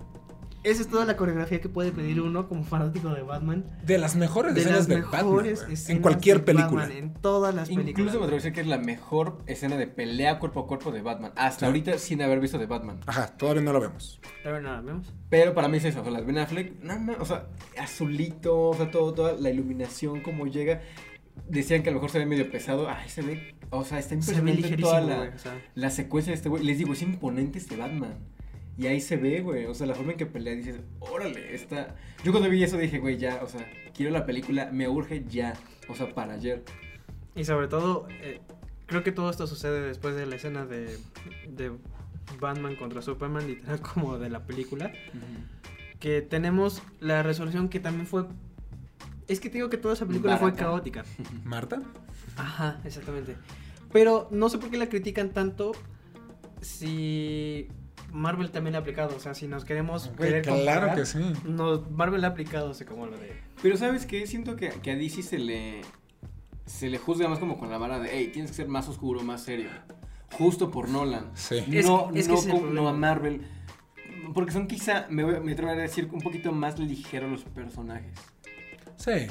Speaker 3: Esa es toda la coreografía que puede pedir uno como fanático de Batman.
Speaker 1: De las mejores
Speaker 3: De
Speaker 1: escenas
Speaker 3: las
Speaker 1: de Batman.
Speaker 3: mejores
Speaker 1: güey,
Speaker 3: escenas
Speaker 1: En cualquier
Speaker 3: de
Speaker 1: película.
Speaker 3: Batman, en todas las películas.
Speaker 2: Incluso me atrevo a decir que es la mejor escena de pelea cuerpo a cuerpo de Batman. Hasta ahorita sin haber visto de Batman.
Speaker 1: Ajá, todavía no lo vemos.
Speaker 3: A ver, nada, vemos.
Speaker 2: Pero para mí es eso, o sea, las Ben Affleck, nada más, o sea, azulito, o sea, todo, toda la iluminación, cómo llega. Decían que a lo mejor se ve medio pesado. Ay, se ve, o sea, está
Speaker 3: Se ve
Speaker 2: impresionante
Speaker 3: ligerísimo,
Speaker 2: toda
Speaker 3: güey,
Speaker 2: la,
Speaker 3: o sea.
Speaker 2: la secuencia de este güey. Les digo, es imponente este Batman. Y ahí se ve, güey, o sea, la forma en que pelea, dices, órale, está... Yo cuando vi eso dije, güey, ya, o sea, quiero la película, me urge ya, o sea, para ayer.
Speaker 3: Y sobre todo, eh, creo que todo esto sucede después de la escena de, de Batman contra Superman, literal como de la película. Que tenemos la resolución que también fue... Es que te digo que toda esa película fue
Speaker 2: Barata.
Speaker 3: caótica.
Speaker 1: ¿Marta?
Speaker 3: Ajá, exactamente. Pero no sé por qué la critican tanto si Marvel también la ha aplicado. O sea, si nos queremos...
Speaker 1: Güey,
Speaker 3: querer
Speaker 1: claro
Speaker 3: comparar,
Speaker 1: que sí.
Speaker 3: no, Marvel la ha aplicado, así como lo de...
Speaker 2: Pero ¿sabes qué? Siento que, que a DC se le, se le juzga más como con la vara de, hey, tienes que ser más oscuro, más serio. Justo por Nolan.
Speaker 1: Sí.
Speaker 3: Es-
Speaker 2: no,
Speaker 3: es que
Speaker 2: no,
Speaker 3: ese es el
Speaker 2: con-
Speaker 3: problema.
Speaker 2: no a Marvel. Porque son quizá, me, voy, me atrevo a decir, un poquito más ligeros los personajes.
Speaker 1: Sí. Eh,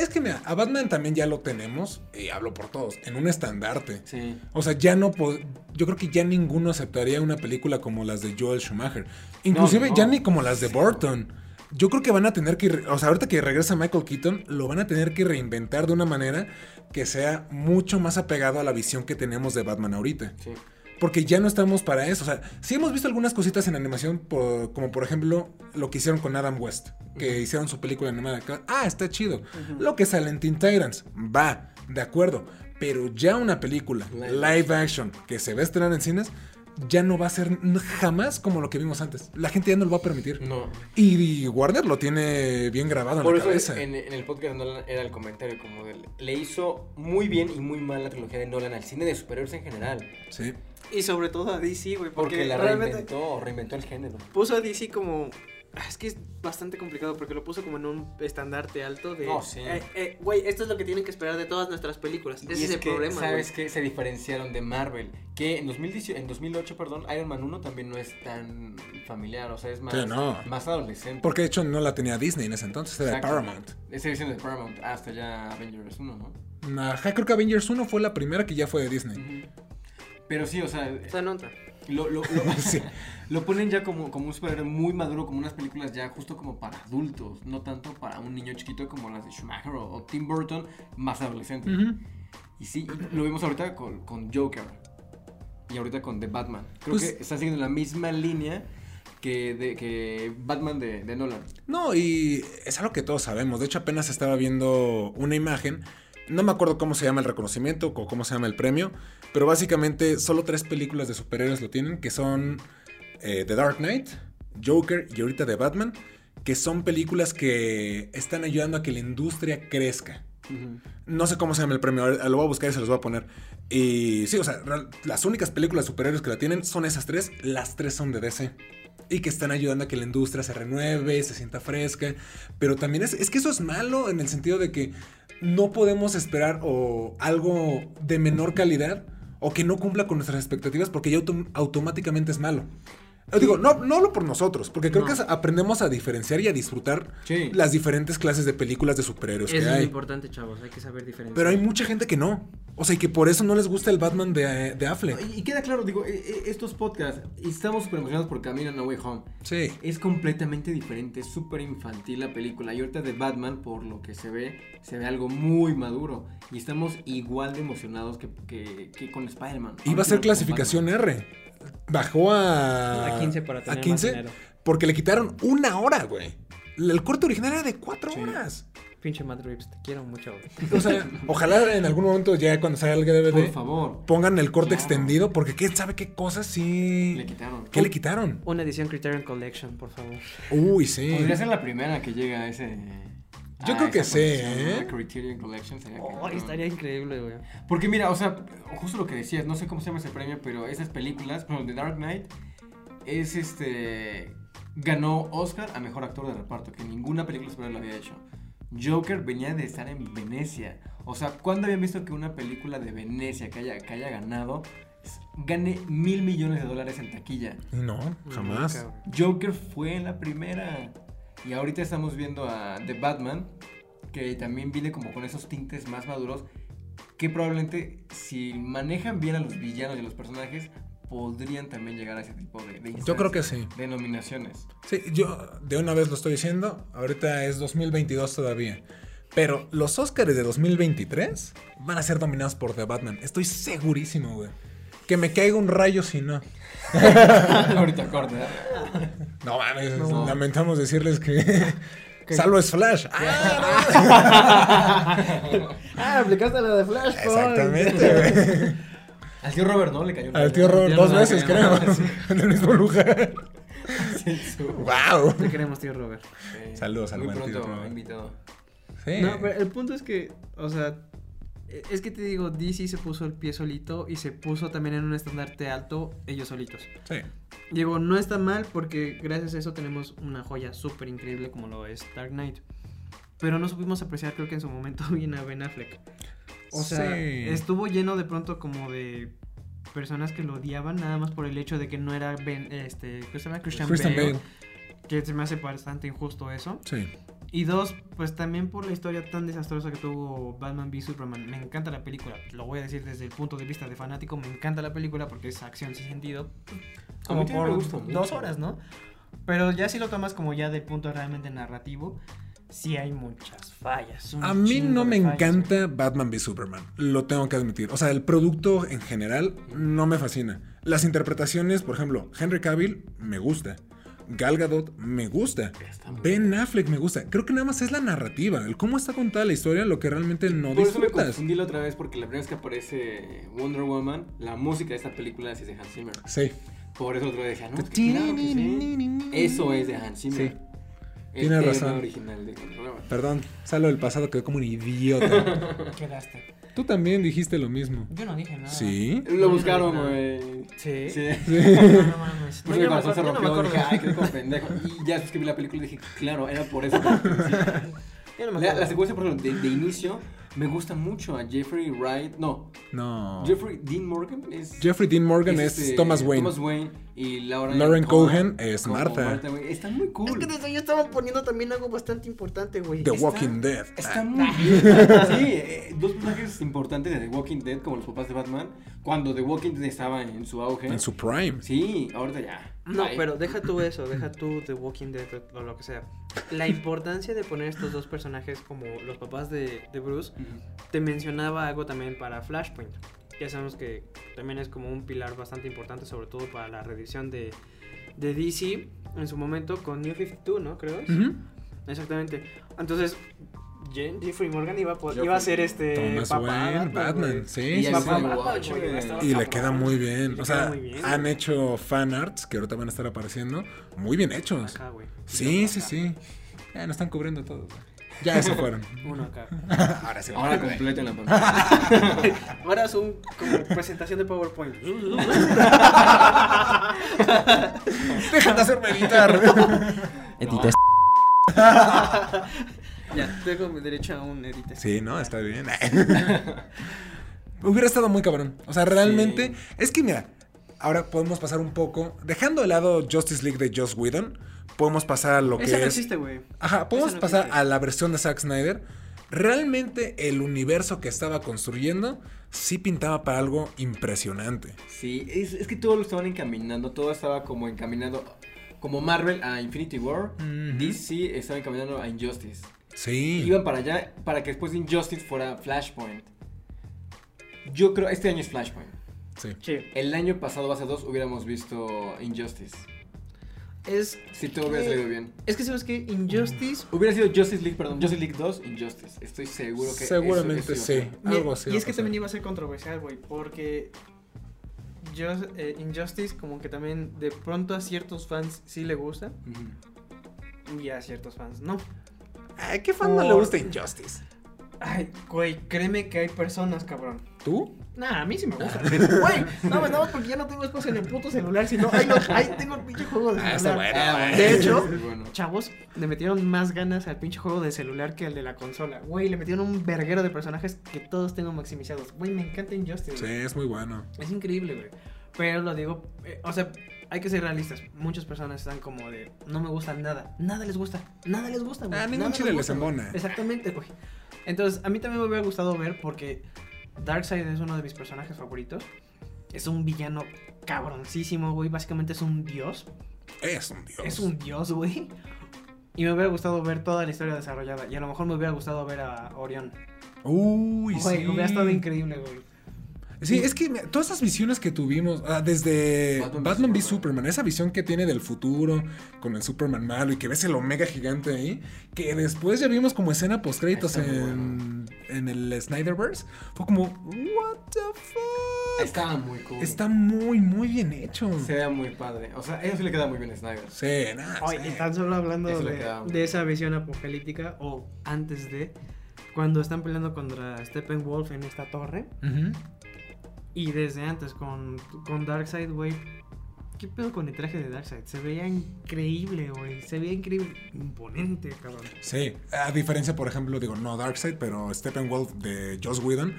Speaker 1: es que mira, a Batman también ya lo tenemos, y hablo por todos, en un estandarte.
Speaker 2: Sí.
Speaker 1: O sea, ya no po- yo creo que ya ninguno aceptaría una película como las de Joel Schumacher. Inclusive
Speaker 2: No, no.
Speaker 1: ya ni como las de Burton. Yo creo que van a tener que, re- o sea, ahorita que regresa Michael Keaton, lo van a tener que reinventar de una manera que sea mucho más apegado a la visión que tenemos de Batman ahorita.
Speaker 2: Sí.
Speaker 1: Porque ya no estamos para eso. O sea, sí hemos visto algunas cositas en animación, por- como por ejemplo lo que hicieron con Adam West, que hicieron su película animada. que, Ah, está chido. Lo que sale en Teen Titans, va, de acuerdo. Pero ya una película
Speaker 2: Live
Speaker 1: live, action que se va a estrenar en cines, ya no va a ser n- jamás como lo que vimos antes. La gente ya no lo va a permitir.
Speaker 2: No.
Speaker 1: Y, y Warner lo tiene bien grabado en
Speaker 2: Por
Speaker 1: la
Speaker 2: eso
Speaker 1: cabeza.
Speaker 2: en, en el podcast de Nolan era el comentario como del, le hizo muy bien y muy mal la trilogía de Nolan al cine de superhéroes en general.
Speaker 1: Sí.
Speaker 3: Y sobre todo a DC, güey,
Speaker 2: Porque,
Speaker 3: porque,
Speaker 2: la
Speaker 3: realmente
Speaker 2: reinventó, reinventó el género.
Speaker 3: puso a DC como... ah, Es que es bastante complicado porque lo puso como en un estandarte alto de...
Speaker 2: No, Oh, sí.
Speaker 3: eh, eh, Güey, esto es lo que tienen que esperar de todas nuestras películas. Ese
Speaker 2: Y
Speaker 3: es, el
Speaker 2: que,
Speaker 3: problema, güey.
Speaker 2: ¿Sabes qué? Se diferenciaron de Marvel. Que en, 2018, en 2008, perdón, Iron Man 1 también no es tan familiar. O sea, es más,
Speaker 1: Sí, no.
Speaker 2: más adolescente.
Speaker 1: Porque de hecho no la tenía Disney en ese entonces, era de
Speaker 2: Exacto.
Speaker 1: Paramount.
Speaker 2: Esa edición de Paramount ah, hasta ya Avengers 1, ¿no?
Speaker 1: Ajá, creo que Avengers 1 fue la primera que ya fue de Disney.
Speaker 2: Pero sí, o sea,
Speaker 3: Está en otra.
Speaker 2: lo, lo, lo-
Speaker 1: Sí.
Speaker 2: lo ponen ya como, como un superhéroe muy maduro, como unas películas ya justo como para adultos, no tanto para un niño chiquito como las de Schumacher o, o Tim Burton, más adolescente.
Speaker 1: Ujú.
Speaker 2: Y sí, lo vimos ahorita con, con Joker. Y ahorita con The Batman. Creo
Speaker 1: Pues-
Speaker 2: que está siguiendo la misma línea que, de, que Batman de, de Nolan.
Speaker 1: No, y es algo que todos sabemos. De hecho, apenas estaba viendo una imagen. No me acuerdo cómo se llama el reconocimiento o cómo se llama el premio. Pero básicamente solo tres películas de superhéroes lo tienen. Que son eh, The Dark Knight, Joker y ahorita The Batman. Que son películas que están ayudando a que la industria crezca. No sé cómo se llama el premio, ahora lo voy a buscar y se los voy a poner. Y sí, o sea, real- las únicas películas de superhéroes que la tienen son esas tres. Las tres son de DC. Y que están ayudando a que la industria se renueve, se sienta fresca. Pero también es, es que eso es malo en el sentido de que no podemos esperar o algo de menor calidad o que no cumpla con nuestras expectativas porque ya autom- automáticamente es malo. Yo Digo, no, no hablo por nosotros, porque creo
Speaker 3: No.
Speaker 1: que es- aprendemos a diferenciar y a disfrutar
Speaker 2: Sí.
Speaker 1: las diferentes clases de películas de superhéroes que hay.
Speaker 3: importante, chavos. Hay que saber diferenciar.
Speaker 1: Pero hay mucha gente que no. O sea, y que por eso no les gusta el Batman de, eh, de Affleck.
Speaker 2: Y, y queda claro, digo, e- e- estos podcasts, y estamos súper emocionados por Camino No Way Home.
Speaker 1: Sí.
Speaker 2: Es completamente diferente, es súper infantil la película. Y ahorita de Batman, por lo que se ve, se ve algo muy maduro. Y estamos igual de emocionados que, que, que con Spider-Man.
Speaker 1: Iba a ser clasificación R. Bajó a.
Speaker 5: A 15 para tener
Speaker 1: A
Speaker 5: más
Speaker 1: 15.
Speaker 5: dinero.
Speaker 1: porque le quitaron una hora, güey. El corte original era de cuatro horas.
Speaker 5: Pinche Matt Reeves, te quiero mucho, güey.
Speaker 1: O sea, ojalá en algún momento, ya cuando salga el DVD,
Speaker 2: Por favor,
Speaker 1: pongan el corte
Speaker 2: Claro.
Speaker 1: extendido, porque quién sabe qué cosas sí.
Speaker 2: le quitaron.
Speaker 1: ¿Qué le quitaron?
Speaker 5: Una edición Criterion Collection, por favor.
Speaker 1: Uy, sí.
Speaker 2: Podría ser la primera que llega a ese.
Speaker 1: Yo
Speaker 2: a
Speaker 1: creo que
Speaker 2: esa
Speaker 1: sí,
Speaker 2: posición, ¿no?
Speaker 1: ¿eh?
Speaker 2: La Criterion Collection sería que-
Speaker 5: Oh, estaría increíble, güey.
Speaker 2: Porque mira, o sea, justo lo que decías, no sé cómo se llama ese premio, pero esas películas, pero The Dark Knight es este. Ganó Oscar a mejor actor de reparto, que ninguna película sobre lo había hecho. Joker venía de estar en Venecia. O sea, ¿cuándo habían visto que una película de Venecia que haya, que haya ganado es gane mil millones de dólares en taquilla.
Speaker 1: Y No, jamás.
Speaker 5: Nunca,
Speaker 2: Joker fue la primera. Y ahorita estamos viendo a The Batman, que también viene como con esos tintes más maduros, que probablemente si manejan bien a los villanos y a los personajes, podrían también llegar a ese tipo de, de
Speaker 1: Yo creo que
Speaker 2: instancias,
Speaker 1: sí.
Speaker 2: De nominaciones.
Speaker 1: Sí, yo de una vez lo estoy diciendo, ahorita es 2022 todavía. Pero los Oscars de 2023 van a ser dominados por The Batman. Estoy segurísimo, güey. Que me caiga un rayo si no.
Speaker 2: ahorita corta. ¿eh?
Speaker 1: No mames,
Speaker 2: No.
Speaker 1: lamentamos decirles que. Salvo es Flash. Ah,
Speaker 4: Ah, aplicaste la de Flash.
Speaker 1: exactamente, güey.
Speaker 2: Al tío Robert, ¿no? Le cayó un
Speaker 1: Al tío Robert
Speaker 5: Ya
Speaker 1: dos
Speaker 5: no la
Speaker 1: veces, creo.
Speaker 5: queremos.
Speaker 1: En el mismo lugar.
Speaker 2: Sí, su-
Speaker 1: ¡Wow!
Speaker 5: Te queremos, tío Robert.
Speaker 2: Sí.
Speaker 1: Saludos al
Speaker 2: Muy
Speaker 1: buen tío
Speaker 2: pronto
Speaker 1: Robert.
Speaker 2: invitado.
Speaker 1: Sí.
Speaker 3: No, pero el punto es que, o sea, e- es que te digo, DC se puso el pie solito y se puso también en un estandarte alto ellos solitos.
Speaker 1: Sí.
Speaker 3: Digo, no está mal porque gracias a eso tenemos una joya súper increíble como lo es Dark Knight. Pero no supimos apreciar, creo que en su momento, bien a Ben Affleck. O sea,
Speaker 1: Sí.
Speaker 3: estuvo lleno de pronto como de personas que lo odiaban nada más por el hecho de que no era Ben, este, ¿qué se llama? Christian,
Speaker 1: Christian
Speaker 3: Bale,
Speaker 1: Bale.
Speaker 3: Que se me hace bastante injusto eso.
Speaker 1: Sí.
Speaker 3: Y dos, pues también por la historia tan desastrosa que tuvo Batman v Superman. Me encanta la película, lo voy a decir desde el punto de vista de fanático, me encanta la película porque es acción sin sentido. Como
Speaker 2: también
Speaker 3: por
Speaker 2: me gusta mucho.
Speaker 3: dos horas, ¿no? Pero ya si lo tomas como ya del punto realmente narrativo, sí hay muchas fallas. un
Speaker 1: A mí
Speaker 3: chingo
Speaker 1: no
Speaker 3: de
Speaker 1: me
Speaker 3: fallas, güey.
Speaker 1: encanta Batman v Superman, lo tengo que admitir. O sea, el producto en general no me fascina. Las interpretaciones, por ejemplo, Henry Cavill me gusta. Gal Gadot me gusta. Ben Affleck me gusta. Creo que nada más es la narrativa, el cómo está contada la historia, lo que realmente no
Speaker 2: Por eso me
Speaker 1: disfrutas.
Speaker 2: confundí la otra vez porque la primera vez que aparece Wonder Woman, la música de esta película es de Hans Zimmer.
Speaker 1: Sí.
Speaker 2: Por eso otra vez decía, "Ah, no, es que claro que sí. Eso es de Hans Zimmer.
Speaker 1: Sí.
Speaker 2: El
Speaker 1: Tienes
Speaker 2: tema
Speaker 1: razón.
Speaker 2: original de Wonder Woman.
Speaker 1: Perdón, Salo del pasado quedó como un idiota.
Speaker 3: Quedaste.
Speaker 1: Tú también dijiste lo mismo.
Speaker 3: Yo no
Speaker 2: Ah.
Speaker 3: dije nada.
Speaker 1: Sí.
Speaker 2: Lo buscaron, güey.
Speaker 3: Sí.
Speaker 2: Sí.
Speaker 3: No, no mames.
Speaker 2: Pues
Speaker 3: No,
Speaker 2: mi
Speaker 3: yo no me
Speaker 2: corazón se
Speaker 3: acuerdo- yo no
Speaker 2: rompió.
Speaker 3: me
Speaker 2: dije,
Speaker 3: acuerdo.
Speaker 2: ay, qué como pendejo. Y ya después que vi la película y dije, claro, era por eso.
Speaker 3: Yo no me
Speaker 2: La,
Speaker 3: acuerdo.
Speaker 2: la secuencia, por ejemplo, de, de inicio, me gusta mucho a Jeffrey Wright. No,
Speaker 1: No.
Speaker 2: Jeffrey Dean Morgan es.
Speaker 1: Jeffrey Dean Morgan es,
Speaker 2: este,
Speaker 1: Thomas Wayne.
Speaker 2: Thomas Wayne y Laura
Speaker 1: Lauren Cohen es
Speaker 2: como
Speaker 1: Martha.
Speaker 2: güey. Está muy cool.
Speaker 4: Es que desde yo estaban poniendo también algo bastante importante, güey.
Speaker 1: The
Speaker 4: Es-
Speaker 1: Walking Dead.
Speaker 2: Está muy bien. Sí, eh, dos personajes importantes de The Walking Dead, como los papás de Batman, cuando The Walking Dead estaba en su auge.
Speaker 1: En su prime.
Speaker 2: Sí, ahorita ya.
Speaker 3: No,
Speaker 2: Ay,
Speaker 3: pero deja tú eso, deja tú The Walking Dead o lo que sea. La importancia de poner estos dos personajes como los papás de, de Bruce,
Speaker 2: ujú.
Speaker 3: te mencionaba algo también para Flashpoint. Ya sabemos que también es como un pilar bastante importante, sobre todo para la reedición de, de DC en su momento con New 52, ¿no? Creo. es.
Speaker 1: Ujú.
Speaker 3: Exactamente. Entonces, Je- Jeffrey Morgan iba a, po-
Speaker 2: Jeffrey-
Speaker 3: iba a ser este...
Speaker 1: Thomas
Speaker 3: papá
Speaker 1: Wayne, Batman.
Speaker 3: güey.
Speaker 1: Sí,
Speaker 2: Y
Speaker 1: sí,
Speaker 2: el
Speaker 1: sí.
Speaker 2: papá
Speaker 3: Batman,
Speaker 2: guapo,
Speaker 3: güey,
Speaker 2: güey.
Speaker 3: estaba
Speaker 1: Y le
Speaker 3: cabrón.
Speaker 1: queda muy bien.
Speaker 3: Le
Speaker 1: O sea, ah,
Speaker 3: queda muy bien,
Speaker 1: han
Speaker 3: güey.
Speaker 1: hecho fan arts que ahorita van a estar apareciendo. Muy bien hechos.
Speaker 3: Acá, güey.
Speaker 1: Sí, sí, sí. Ya no están cubriendo todos. güey. Ya se fueron.
Speaker 3: Uno acá.
Speaker 1: Ahora sí.
Speaker 2: Ahora completo en la pantalla.
Speaker 3: Ahora es un como presentación de PowerPoint.
Speaker 1: Dejan de hacerme editar.
Speaker 3: ya, tengo mi derecho a un edit.
Speaker 1: Sí, no, está bien. Hubiera estado muy cabrón. O sea, realmente. Es que mira, ahora podemos pasar un poco. Dejando de lado Justice League de Joss Whedon, podemos pasar a lo que
Speaker 3: Ese no
Speaker 1: es.
Speaker 3: existe, güey.
Speaker 1: Ajá, podemos
Speaker 3: Esa no
Speaker 1: pasar
Speaker 3: existe.
Speaker 1: a la versión de Zack Snyder. Realmente el universo que estaba construyendo sí pintaba para algo impresionante.
Speaker 2: Sí, es, es que todo lo estaban encaminando, todo estaba como encaminando, como Marvel a Infinity War,
Speaker 1: Ujú.
Speaker 2: DC estaba encaminando a Injustice.
Speaker 1: Sí.
Speaker 2: Iban para allá para que después de Injustice fuera Flashpoint. Yo creo, este año es Flashpoint.
Speaker 1: Sí.
Speaker 3: Che,
Speaker 2: El año pasado, hace dos, hubiéramos visto Injustice.
Speaker 3: es,
Speaker 2: Si todo hubiera salido bien.
Speaker 3: es que sabes que Injustice.
Speaker 2: Hubiera sido Justice League, perdón, Justice League 2, Injustice. Estoy seguro que eso-
Speaker 1: Seguramente
Speaker 2: eso iba a
Speaker 1: sí.
Speaker 2: ser.
Speaker 1: Algo
Speaker 3: y-
Speaker 1: así.
Speaker 3: Y
Speaker 1: va
Speaker 3: es que
Speaker 1: a pasar.
Speaker 3: también iba a ser controversial, güey, porque. Yo, eh, Injustice, como que también de pronto a ciertos fans sí le gusta
Speaker 2: Ujú.
Speaker 3: y a ciertos fans no.
Speaker 1: Ay, ¿Qué fan no le
Speaker 3: Por-
Speaker 1: gusta Injustice?
Speaker 3: Ay, güey, créeme que hay personas, cabrón.
Speaker 1: ¿Tú?
Speaker 3: Nah, a mí sí me gusta.
Speaker 4: Güey, no, pues, nada más porque ya no tengo espacio en el puto celular, sino ahí, lo- ahí tengo el pinche juego de celular.
Speaker 1: Ah, está bueno.
Speaker 2: Ah,
Speaker 1: güey.
Speaker 3: de hecho-
Speaker 2: sí, bueno.
Speaker 3: Chavos, le metieron más ganas al pinche juego de celular que al de la consola. Güey, le metieron un verguero de personajes que todos tengo maximizados. Güey, me encanta Injustice.
Speaker 1: Sí,
Speaker 3: güey.
Speaker 1: es muy bueno.
Speaker 3: Es increíble, güey. Pero lo digo, eh, o sea, hay que ser realistas. Muchas personas están como de, no me gusta nada. Nada les gusta. Nada les gusta, güey.
Speaker 1: Ah, ningún
Speaker 3: nada
Speaker 1: chile
Speaker 3: les
Speaker 1: les
Speaker 3: gusta, güey.
Speaker 1: embona.
Speaker 3: Exactamente, güey. Entonces, a mí también me hubiera gustado ver porque Darkseid es uno de mis personajes favoritos. Es un villano cabroncísimo, güey. Básicamente es un dios.
Speaker 1: Es un dios.
Speaker 3: Es un dios, güey. Y me hubiera gustado ver toda la historia desarrollada. Y a lo mejor me hubiera gustado ver a Orión.
Speaker 1: Uy,
Speaker 3: Güey,
Speaker 1: sí.
Speaker 3: hubiera estado increíble, güey.
Speaker 1: Sí, es que mira, todas esas visiones que tuvimos, ah, desde
Speaker 2: Batman
Speaker 1: Batman,
Speaker 2: v
Speaker 1: v
Speaker 2: Superman.
Speaker 1: Superman, esa visión que tiene del futuro con el Superman malo y que ves el Omega gigante ahí, que después ya vimos como escena post créditos
Speaker 2: Está muy
Speaker 1: en, en el Snyderverse, fue como, ¿What the fuck?
Speaker 2: Estaba muy cool.
Speaker 1: Está muy, muy bien hecho.
Speaker 2: Se ve muy padre. O sea, eso sí le queda muy bien a Snyder.
Speaker 1: Sí, nada.
Speaker 3: Oye,
Speaker 1: Ah, sí.
Speaker 3: y tan solo hablando
Speaker 2: Eso le
Speaker 3: de,
Speaker 2: queda, güey.
Speaker 3: de esa visión apocalíptica, o antes de, cuando están peleando contra Steppenwolf en esta torre,
Speaker 1: Ujú.
Speaker 3: y desde antes con, con Darkseid, güey. ¿Qué pedo con el traje de Darkseid? Se veía increíble, güey. Se veía increíble. Imponente, cabrón.
Speaker 1: Sí, a diferencia, por ejemplo, digo, no Darkseid, pero Steppenwolf de Joss Whedon,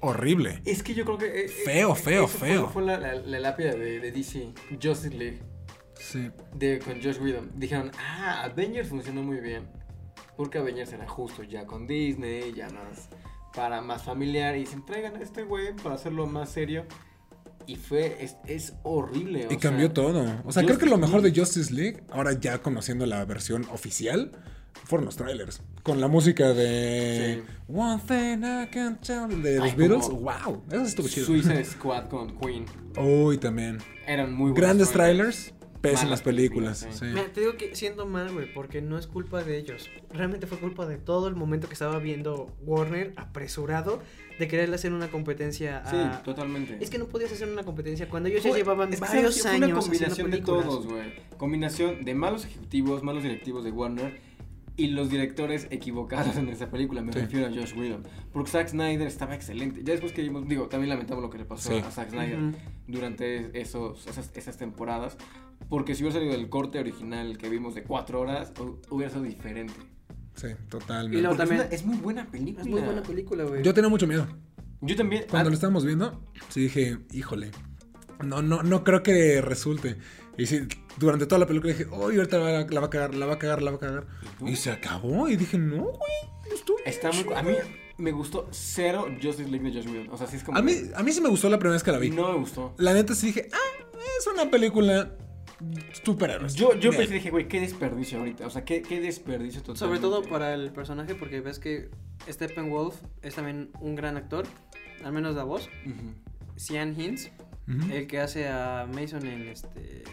Speaker 1: horrible.
Speaker 2: Es que yo creo que. eh, eh,
Speaker 1: Feo, feo,
Speaker 2: eso fue-
Speaker 1: feo.
Speaker 2: Fue, la, la, la lápida de, de DC, Justice League,
Speaker 1: Sí.
Speaker 2: de, con Josh Whedon. Dijeron, ah, Avengers funcionó muy bien. Porque Avengers era justo ya con Disney, ya más. Para más familiar. Y dicen, traigan a este güey para hacerlo más serio. Y fue. Es, es horrible. o
Speaker 1: Y cambió
Speaker 2: sea,
Speaker 1: todo. O sea,
Speaker 2: Justice
Speaker 1: creo que lo mejor de
Speaker 2: League.
Speaker 1: Justice League, ahora ya conociendo la versión oficial, fueron los trailers. Con la música de One Thing I Can Tell de los
Speaker 2: Ay,
Speaker 1: Beatles.
Speaker 2: como-
Speaker 1: ¡Wow! Eso estuvo chido.
Speaker 2: Suicide Squad con Queen.
Speaker 1: Uy, también.
Speaker 2: Eran muy buenos
Speaker 1: Grandes trailers, pésimas
Speaker 2: Malas
Speaker 1: películas.
Speaker 2: películas,
Speaker 1: sí.
Speaker 3: Mira, te digo que siendo mal, güey, porque no es culpa de ellos. Realmente fue culpa de todo el momento que estaba viendo Warner apresurado de quererle hacer una competencia
Speaker 2: Sí,
Speaker 3: a.
Speaker 2: totalmente.
Speaker 3: Ah, es que no podías hacer una competencia cuando ellos ya
Speaker 2: Fue-
Speaker 3: llevaban
Speaker 2: es que,
Speaker 3: varios
Speaker 2: ¿sabes qué? Fue
Speaker 3: años.
Speaker 2: una combinación
Speaker 3: haciendo
Speaker 2: de
Speaker 3: películas.
Speaker 2: todos, güey. Combinación de malos ejecutivos, malos directivos de Warner y los directores equivocados en esta película. Me
Speaker 1: Sí.
Speaker 2: refiero a Josh Whedon. Porque Zack Snyder estaba excelente. Ya después que vimos, digo, también lamentamos lo que le pasó
Speaker 1: Sí.
Speaker 2: a Zack Snyder
Speaker 3: Ujú.
Speaker 2: durante esos, esas, esas temporadas. Porque si hubiera salido el corte original que vimos de cuatro horas, hu- hubiera sido diferente.
Speaker 1: Sí,
Speaker 3: Y
Speaker 1: totalmente.
Speaker 3: luego
Speaker 2: Porque
Speaker 3: también-
Speaker 2: es, una- es muy buena película.
Speaker 3: Es muy buena película, güey.
Speaker 1: Yo tenía mucho miedo.
Speaker 2: Yo también.
Speaker 1: Cuando
Speaker 2: ah,
Speaker 1: lo estábamos viendo, sí dije, híjole. No, no, no creo que resulte. Y sí, durante toda la película dije, uy, ahorita la, va- la va a cagar, la va a cagar, la va a cagar.
Speaker 2: tú?
Speaker 1: Y se acabó. Y dije, no, güey. no estuvo
Speaker 2: Está muy,
Speaker 1: chido".
Speaker 2: a mí me gustó cero Justice League de Josh Whedon. O sea, sí es como.
Speaker 1: A mí, a mí sí me gustó la primera vez que la vi.
Speaker 2: No me gustó.
Speaker 1: La neta sí dije, ah, es una película superhéroes.
Speaker 2: Yo, yo
Speaker 1: Bien.
Speaker 2: pensé, dije, güey, qué desperdicio ahorita. O sea, qué, qué desperdicio total.
Speaker 5: Sobre todo para el personaje, porque ves que Steppenwolf es también un gran actor, al menos la voz. Sean Hines,
Speaker 1: Ujú.
Speaker 2: eh,
Speaker 5: el que hace a Mason en este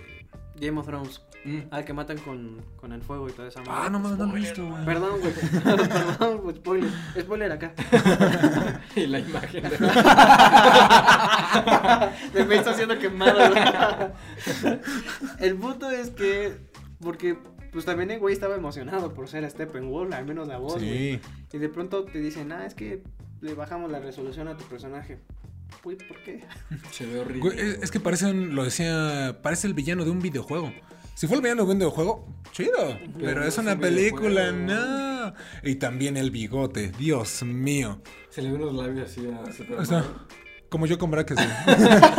Speaker 5: Game of Thrones,
Speaker 2: Mm.
Speaker 5: al que matan con, con el fuego y toda esa madre.
Speaker 1: Ah, no mames, no lo he visto, güey.
Speaker 5: Perdón, güey. Perdón, güey, spoiler. Spoiler acá.
Speaker 2: y la imagen. De...
Speaker 5: De me está haciendo quemado. güey. El punto es que. Porque, pues también el güey estaba emocionado por ser Steppenwolf, al menos la voz, güey.
Speaker 1: Sí.
Speaker 5: Y de pronto te dicen, ah, es que le bajamos la resolución a tu personaje. Uy, ¿por qué?
Speaker 2: Se ve horrible.
Speaker 1: Güey, es, es que parecen, lo decía, parece el villano de un videojuego. Si fue el villano de un videojuego, chido. Pero,
Speaker 2: no
Speaker 1: es
Speaker 2: es
Speaker 1: una
Speaker 2: un
Speaker 1: película,
Speaker 2: videojuego.
Speaker 1: no. Y también el bigote, Dios mío.
Speaker 2: Se le ven los labios así a Superman.
Speaker 1: O sea, como yo con braques. güey.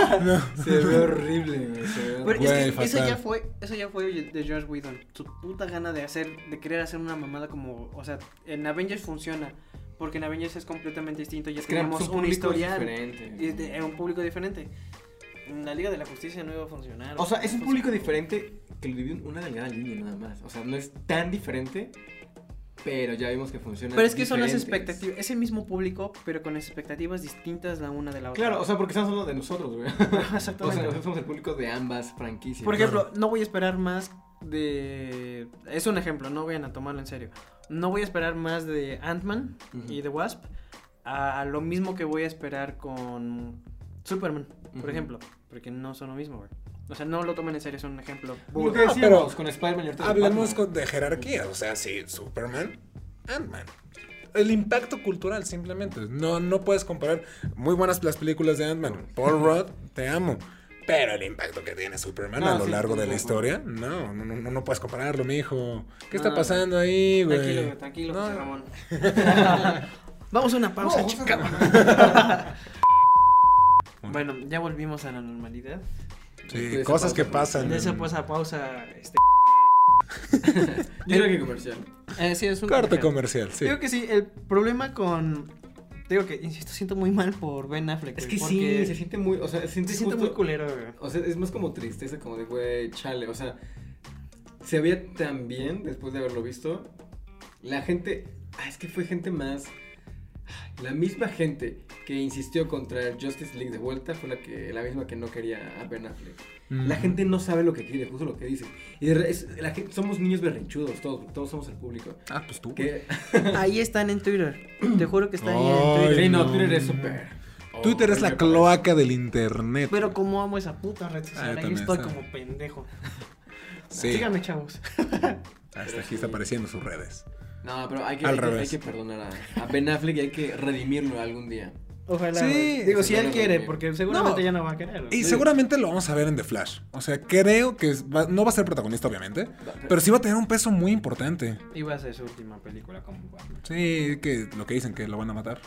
Speaker 2: Se ve horrible, güey. Se ve
Speaker 5: Pero
Speaker 2: horrible.
Speaker 1: Güey,
Speaker 5: es que eso
Speaker 1: fatal.
Speaker 5: ya fue, eso ya fue de George Whedon. Su puta gana de hacer, de querer hacer una mamada como, o sea, en Avengers funciona, porque en Avengers es completamente distinto, ya
Speaker 2: creamos
Speaker 5: tenemos una historia
Speaker 2: diferente.
Speaker 5: y de- en un público diferente. En La Liga de la Justicia no iba a funcionar. Pues,
Speaker 2: O sea, es un
Speaker 5: Funcionó.
Speaker 2: público diferente que lo vivió en una delgada línea nada más. O sea, no es tan diferente, pero ya vimos que funciona.
Speaker 5: Pero es que son las
Speaker 2: diferentes.
Speaker 5: expectativas, es el mismo público, pero con expectativas distintas la una de la otra.
Speaker 2: Claro, o sea, porque estamos hablando de nosotros, güey. O sea,
Speaker 5: exactamente.
Speaker 2: nosotros somos el público de ambas franquicias.
Speaker 5: Por ejemplo, no voy a esperar más de... Es un ejemplo, no vayan a tomarlo en serio. No voy a esperar más de Ant-Man
Speaker 2: Ujú.
Speaker 5: y The Wasp a lo mismo que voy a esperar con Superman, por
Speaker 2: Ujú.
Speaker 5: ejemplo. Porque no son lo mismo, güey. O sea, no lo tomen en serio, es un ejemplo.
Speaker 2: Lo que
Speaker 1: Ah,
Speaker 2: decíamos
Speaker 1: pero
Speaker 2: con Spider-Man y ahorita con
Speaker 1: Hablemos
Speaker 2: Batman.
Speaker 1: con- de jerarquía, o sea, sí, Superman, Ant-Man. El impacto cultural, simplemente. No, no puedes comparar muy buenas las películas de Ant-Man. Paul Rudd, te amo. Pero el impacto que tiene Superman
Speaker 2: No,
Speaker 1: a lo
Speaker 2: sí,
Speaker 1: largo de la
Speaker 2: estoy de
Speaker 1: historia, no, no, no, no puedes compararlo, mijo. ¿Qué está
Speaker 5: No,
Speaker 1: pasando ahí, güey?
Speaker 5: Tranquilo, güey, tranquilo,
Speaker 1: No.
Speaker 5: José Ramón.
Speaker 3: Vamos a una pausa, chica. Bueno, ya volvimos a la normalidad.
Speaker 1: Sí,
Speaker 2: Esa
Speaker 1: cosas
Speaker 2: pausa,
Speaker 1: que
Speaker 2: ¿no?
Speaker 1: pasan.
Speaker 3: En esa
Speaker 1: en-
Speaker 3: pausa, pausa, este...
Speaker 2: Yo creo que comercial.
Speaker 3: eh, sí, es un
Speaker 1: Corte
Speaker 3: comercial.
Speaker 1: comercial, sí.
Speaker 3: Digo que sí, el problema con... Digo que, insisto, siento muy mal por Ben Affleck.
Speaker 2: Es
Speaker 3: güey,
Speaker 2: que sí,
Speaker 3: porque
Speaker 2: se siente muy, o sea, se siente
Speaker 3: se siente muy
Speaker 2: justo-
Speaker 3: culero, güey.
Speaker 2: O sea, es más como tristeza, como de, güey, chale, o sea, se veía tan bien después de haberlo visto. La gente, ah, es que fue gente más, la misma gente que insistió contra el Justice League de vuelta fue la que, la misma que no quería a Ben Affleck. La
Speaker 1: Mm.
Speaker 2: gente no sabe lo que quiere, justo lo que dice. Y de re- es- la gente, somos niños berrinchudos, todos, todos somos el público.
Speaker 1: Ah, pues tú.
Speaker 2: Que,
Speaker 3: Ahí están en Twitter. Te juro que están
Speaker 1: Ay,
Speaker 3: ahí en Twitter.
Speaker 2: sí, no,
Speaker 1: no.
Speaker 2: Twitter es súper.
Speaker 1: Twitter es la
Speaker 2: horrible.
Speaker 1: cloaca del internet.
Speaker 3: Pero como amo esa puta red
Speaker 1: Ah, yo
Speaker 3: social, ahí
Speaker 1: también,
Speaker 3: estoy
Speaker 1: está.
Speaker 3: como pendejo.
Speaker 1: sí,
Speaker 3: Síganme, chavos.
Speaker 1: hasta aquí está apareciendo sus redes.
Speaker 2: No, pero hay que,
Speaker 1: Al
Speaker 2: hay que-
Speaker 1: revés.
Speaker 2: hay que perdonar a, a Ben Affleck y hay que redimirlo algún día.
Speaker 3: Ojalá.
Speaker 1: Sí,
Speaker 3: güey.
Speaker 5: Digo,
Speaker 2: Sí,
Speaker 5: si él
Speaker 2: no,
Speaker 5: quiere,
Speaker 2: no,
Speaker 5: porque seguramente
Speaker 1: no.
Speaker 5: ya no va a querer. güey.
Speaker 1: Y seguramente lo vamos a ver en The Flash. O sea, creo que es- va- no va a ser protagonista, obviamente. Pero sí va a tener un peso muy importante.
Speaker 5: Iba a ser su última película como Batman.
Speaker 1: Sí, que lo que dicen que lo van a matar.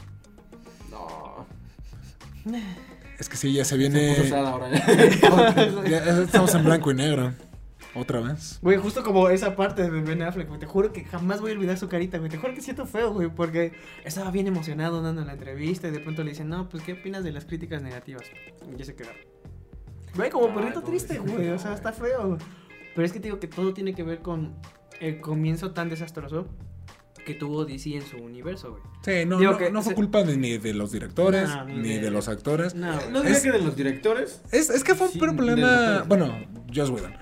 Speaker 2: No.
Speaker 1: Es que sí, ya se
Speaker 2: Se
Speaker 1: viene.
Speaker 2: puso sad ahora.
Speaker 1: ya estamos en blanco y negro. Otra vez.
Speaker 3: Güey, justo como esa parte de Ben Affleck, güey. Te juro que jamás voy a olvidar su carita, güey. Te juro que siento feo, güey, porque estaba bien emocionado dando la entrevista y de pronto le dicen, no, pues, ¿qué opinas de las críticas negativas? Y ya se queda. Güey, como
Speaker 2: Ay,
Speaker 3: perrito triste,
Speaker 2: pobrecito,
Speaker 3: güey. O sea,
Speaker 2: güey.
Speaker 3: está feo. güey. Pero es que te digo que todo tiene que ver con el comienzo tan desastroso que tuvo DC en su universo, güey.
Speaker 1: Sí, no,
Speaker 3: Digo
Speaker 1: no,
Speaker 3: que
Speaker 1: no fue
Speaker 3: se-
Speaker 1: culpa de- ni de los directores,
Speaker 3: No,
Speaker 1: ni, de... los actores.
Speaker 3: No, güey.
Speaker 2: No diría
Speaker 1: Es-
Speaker 2: que de los directores.
Speaker 1: Es, es que fue un
Speaker 2: Sí, de los
Speaker 1: problema.
Speaker 2: actores.
Speaker 1: Bueno, Joss Whedon.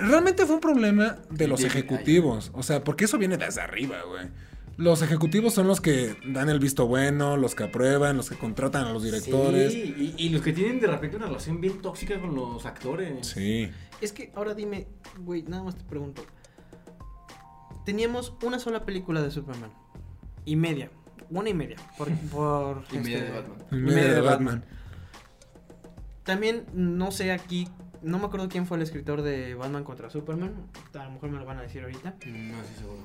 Speaker 1: Realmente fue un problema de los
Speaker 2: Sí,
Speaker 1: ejecutivos. O sea, porque eso viene desde arriba, güey. Los ejecutivos son los que dan el visto bueno, los que aprueban, los que contratan a los directores. Sí.
Speaker 2: Sí, y, y los que tienen de repente una relación bien tóxica con los actores.
Speaker 3: Es que ahora dime, güey, nada más te pregunto. Teníamos una sola película de Superman. Y media. Una y media. Por, por,
Speaker 2: Y media
Speaker 3: este,
Speaker 2: de Batman.
Speaker 1: En medio de Batman.
Speaker 3: También no sé aquí. No me acuerdo quién fue el escritor de Batman contra Superman. A lo mejor me lo van a decir ahorita.
Speaker 2: No estoy seguro.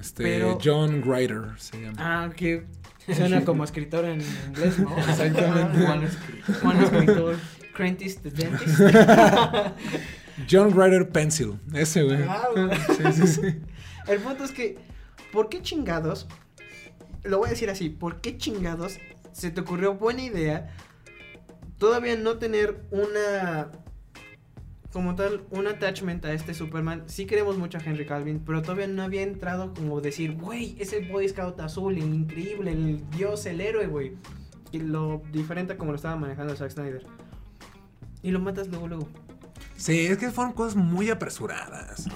Speaker 1: Este,
Speaker 3: Pero-
Speaker 1: John Ryder se llama.
Speaker 3: Ah, que suena como escritor en inglés, ¿no?
Speaker 1: Exactamente.
Speaker 3: Juan escritor. Juan escritor. Crentis the Dentist.
Speaker 1: John Ryder Pencil. Ese, güey.
Speaker 3: Ajá, güey.
Speaker 1: Sí, sí, sí.
Speaker 3: El punto es que, ¿por qué chingados? Lo voy a decir así, ¿por qué chingados se te ocurrió buena idea todavía no tener una... Como tal, un attachment a este Superman. Sí queremos mucho a Henry Calvin, pero todavía no había entrado como decir, güey, es el Boy Scout azul, el increíble, el dios, el héroe, güey. Y lo diferente a como lo estaba manejando Zack Snyder. Y lo matas luego, luego.
Speaker 1: Sí, es que fueron cosas muy apresuradas.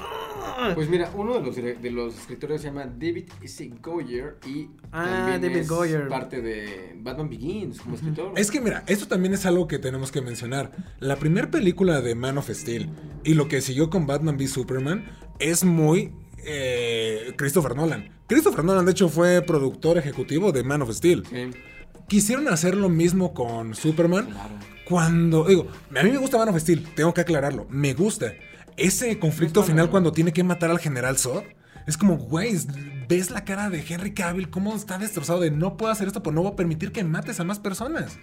Speaker 2: Pues mira, uno de los, dire- de los escritores se llama David S. Goyer y
Speaker 3: Ah,
Speaker 2: también
Speaker 3: David
Speaker 2: es
Speaker 3: Goyer.
Speaker 2: parte de Batman Begins como escritor.
Speaker 1: Es que mira, esto también es algo que tenemos que mencionar. La primera película de Man of Steel y lo que siguió con Batman v Superman es muy eh, Christopher Nolan. Christopher Nolan, de hecho, fue productor ejecutivo de Man of Steel.
Speaker 2: Sí,
Speaker 1: Quisieron hacer lo mismo con Superman
Speaker 2: claro.
Speaker 1: cuando. Digo, a mí me gusta Man of Steel, tengo que aclararlo. Me gusta. Ese conflicto
Speaker 2: Es bueno,
Speaker 1: final
Speaker 2: ¿no?
Speaker 1: cuando tiene que matar al general Zod. Es como, güey, ves la cara de Henry Cavill, cómo está destrozado de no puedo hacer esto, pues no voy a permitir que mates a más personas.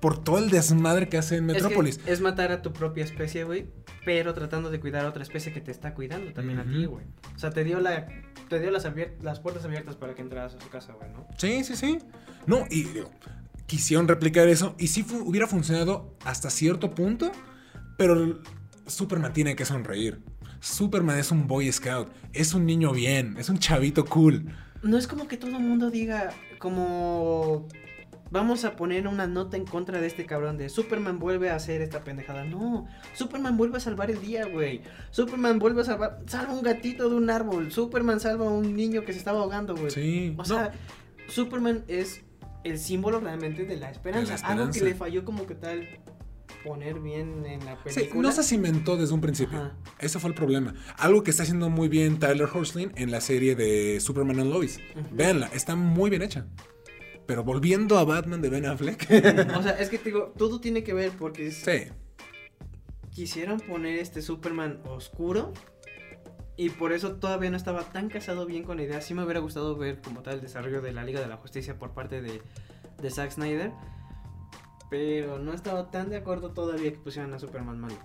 Speaker 1: Por todo el desmadre que hace en
Speaker 3: Es que
Speaker 1: Metrópolis.
Speaker 3: Es, matar a tu propia especie, güey, pero tratando de cuidar a otra especie que te está cuidando también a ti,
Speaker 1: Ujú.
Speaker 3: güey. O sea, te dio la te dio las, abier- las puertas abiertas para que entraras a su casa, güey, ¿no?
Speaker 1: Sí, sí, sí. No, y digo, quisieron replicar eso y sí fu- hubiera funcionado hasta cierto punto, pero el- Superman tiene que sonreír. Superman es un Boy Scout, es un niño bien, es un chavito cool.
Speaker 3: No es como que todo el mundo diga como vamos a poner una nota en contra de este cabrón de Superman vuelve a hacer esta pendejada. No, Superman vuelve a salvar el día, güey. Superman vuelve a salvar salva un gatito de un árbol. Superman salva a un niño que se estaba ahogando, güey.
Speaker 1: Sí.
Speaker 3: O sea, Superman es el símbolo realmente de la esperanza.
Speaker 1: De la esperanza.
Speaker 3: Algo que le falló como que tal poner bien en la
Speaker 1: Sí,
Speaker 3: película.
Speaker 1: no se cimentó desde un principio.
Speaker 3: Ajá.
Speaker 1: Ese fue el problema. Algo que está haciendo muy bien Tyler Hoechlin en la serie de Superman and Lois. Véanla, está muy bien hecha. Pero volviendo a Batman de Ben Affleck.
Speaker 3: O sea, es que te digo, todo tiene que ver porque es-
Speaker 1: sí.
Speaker 3: quisieron poner este Superman oscuro y por eso todavía no estaba tan casado bien con la idea. Sí me hubiera gustado ver como tal el desarrollo de la Liga de la Justicia por parte de, de Zack Snyder.
Speaker 5: Pero no estaba tan de acuerdo todavía que pusieran a Superman malo.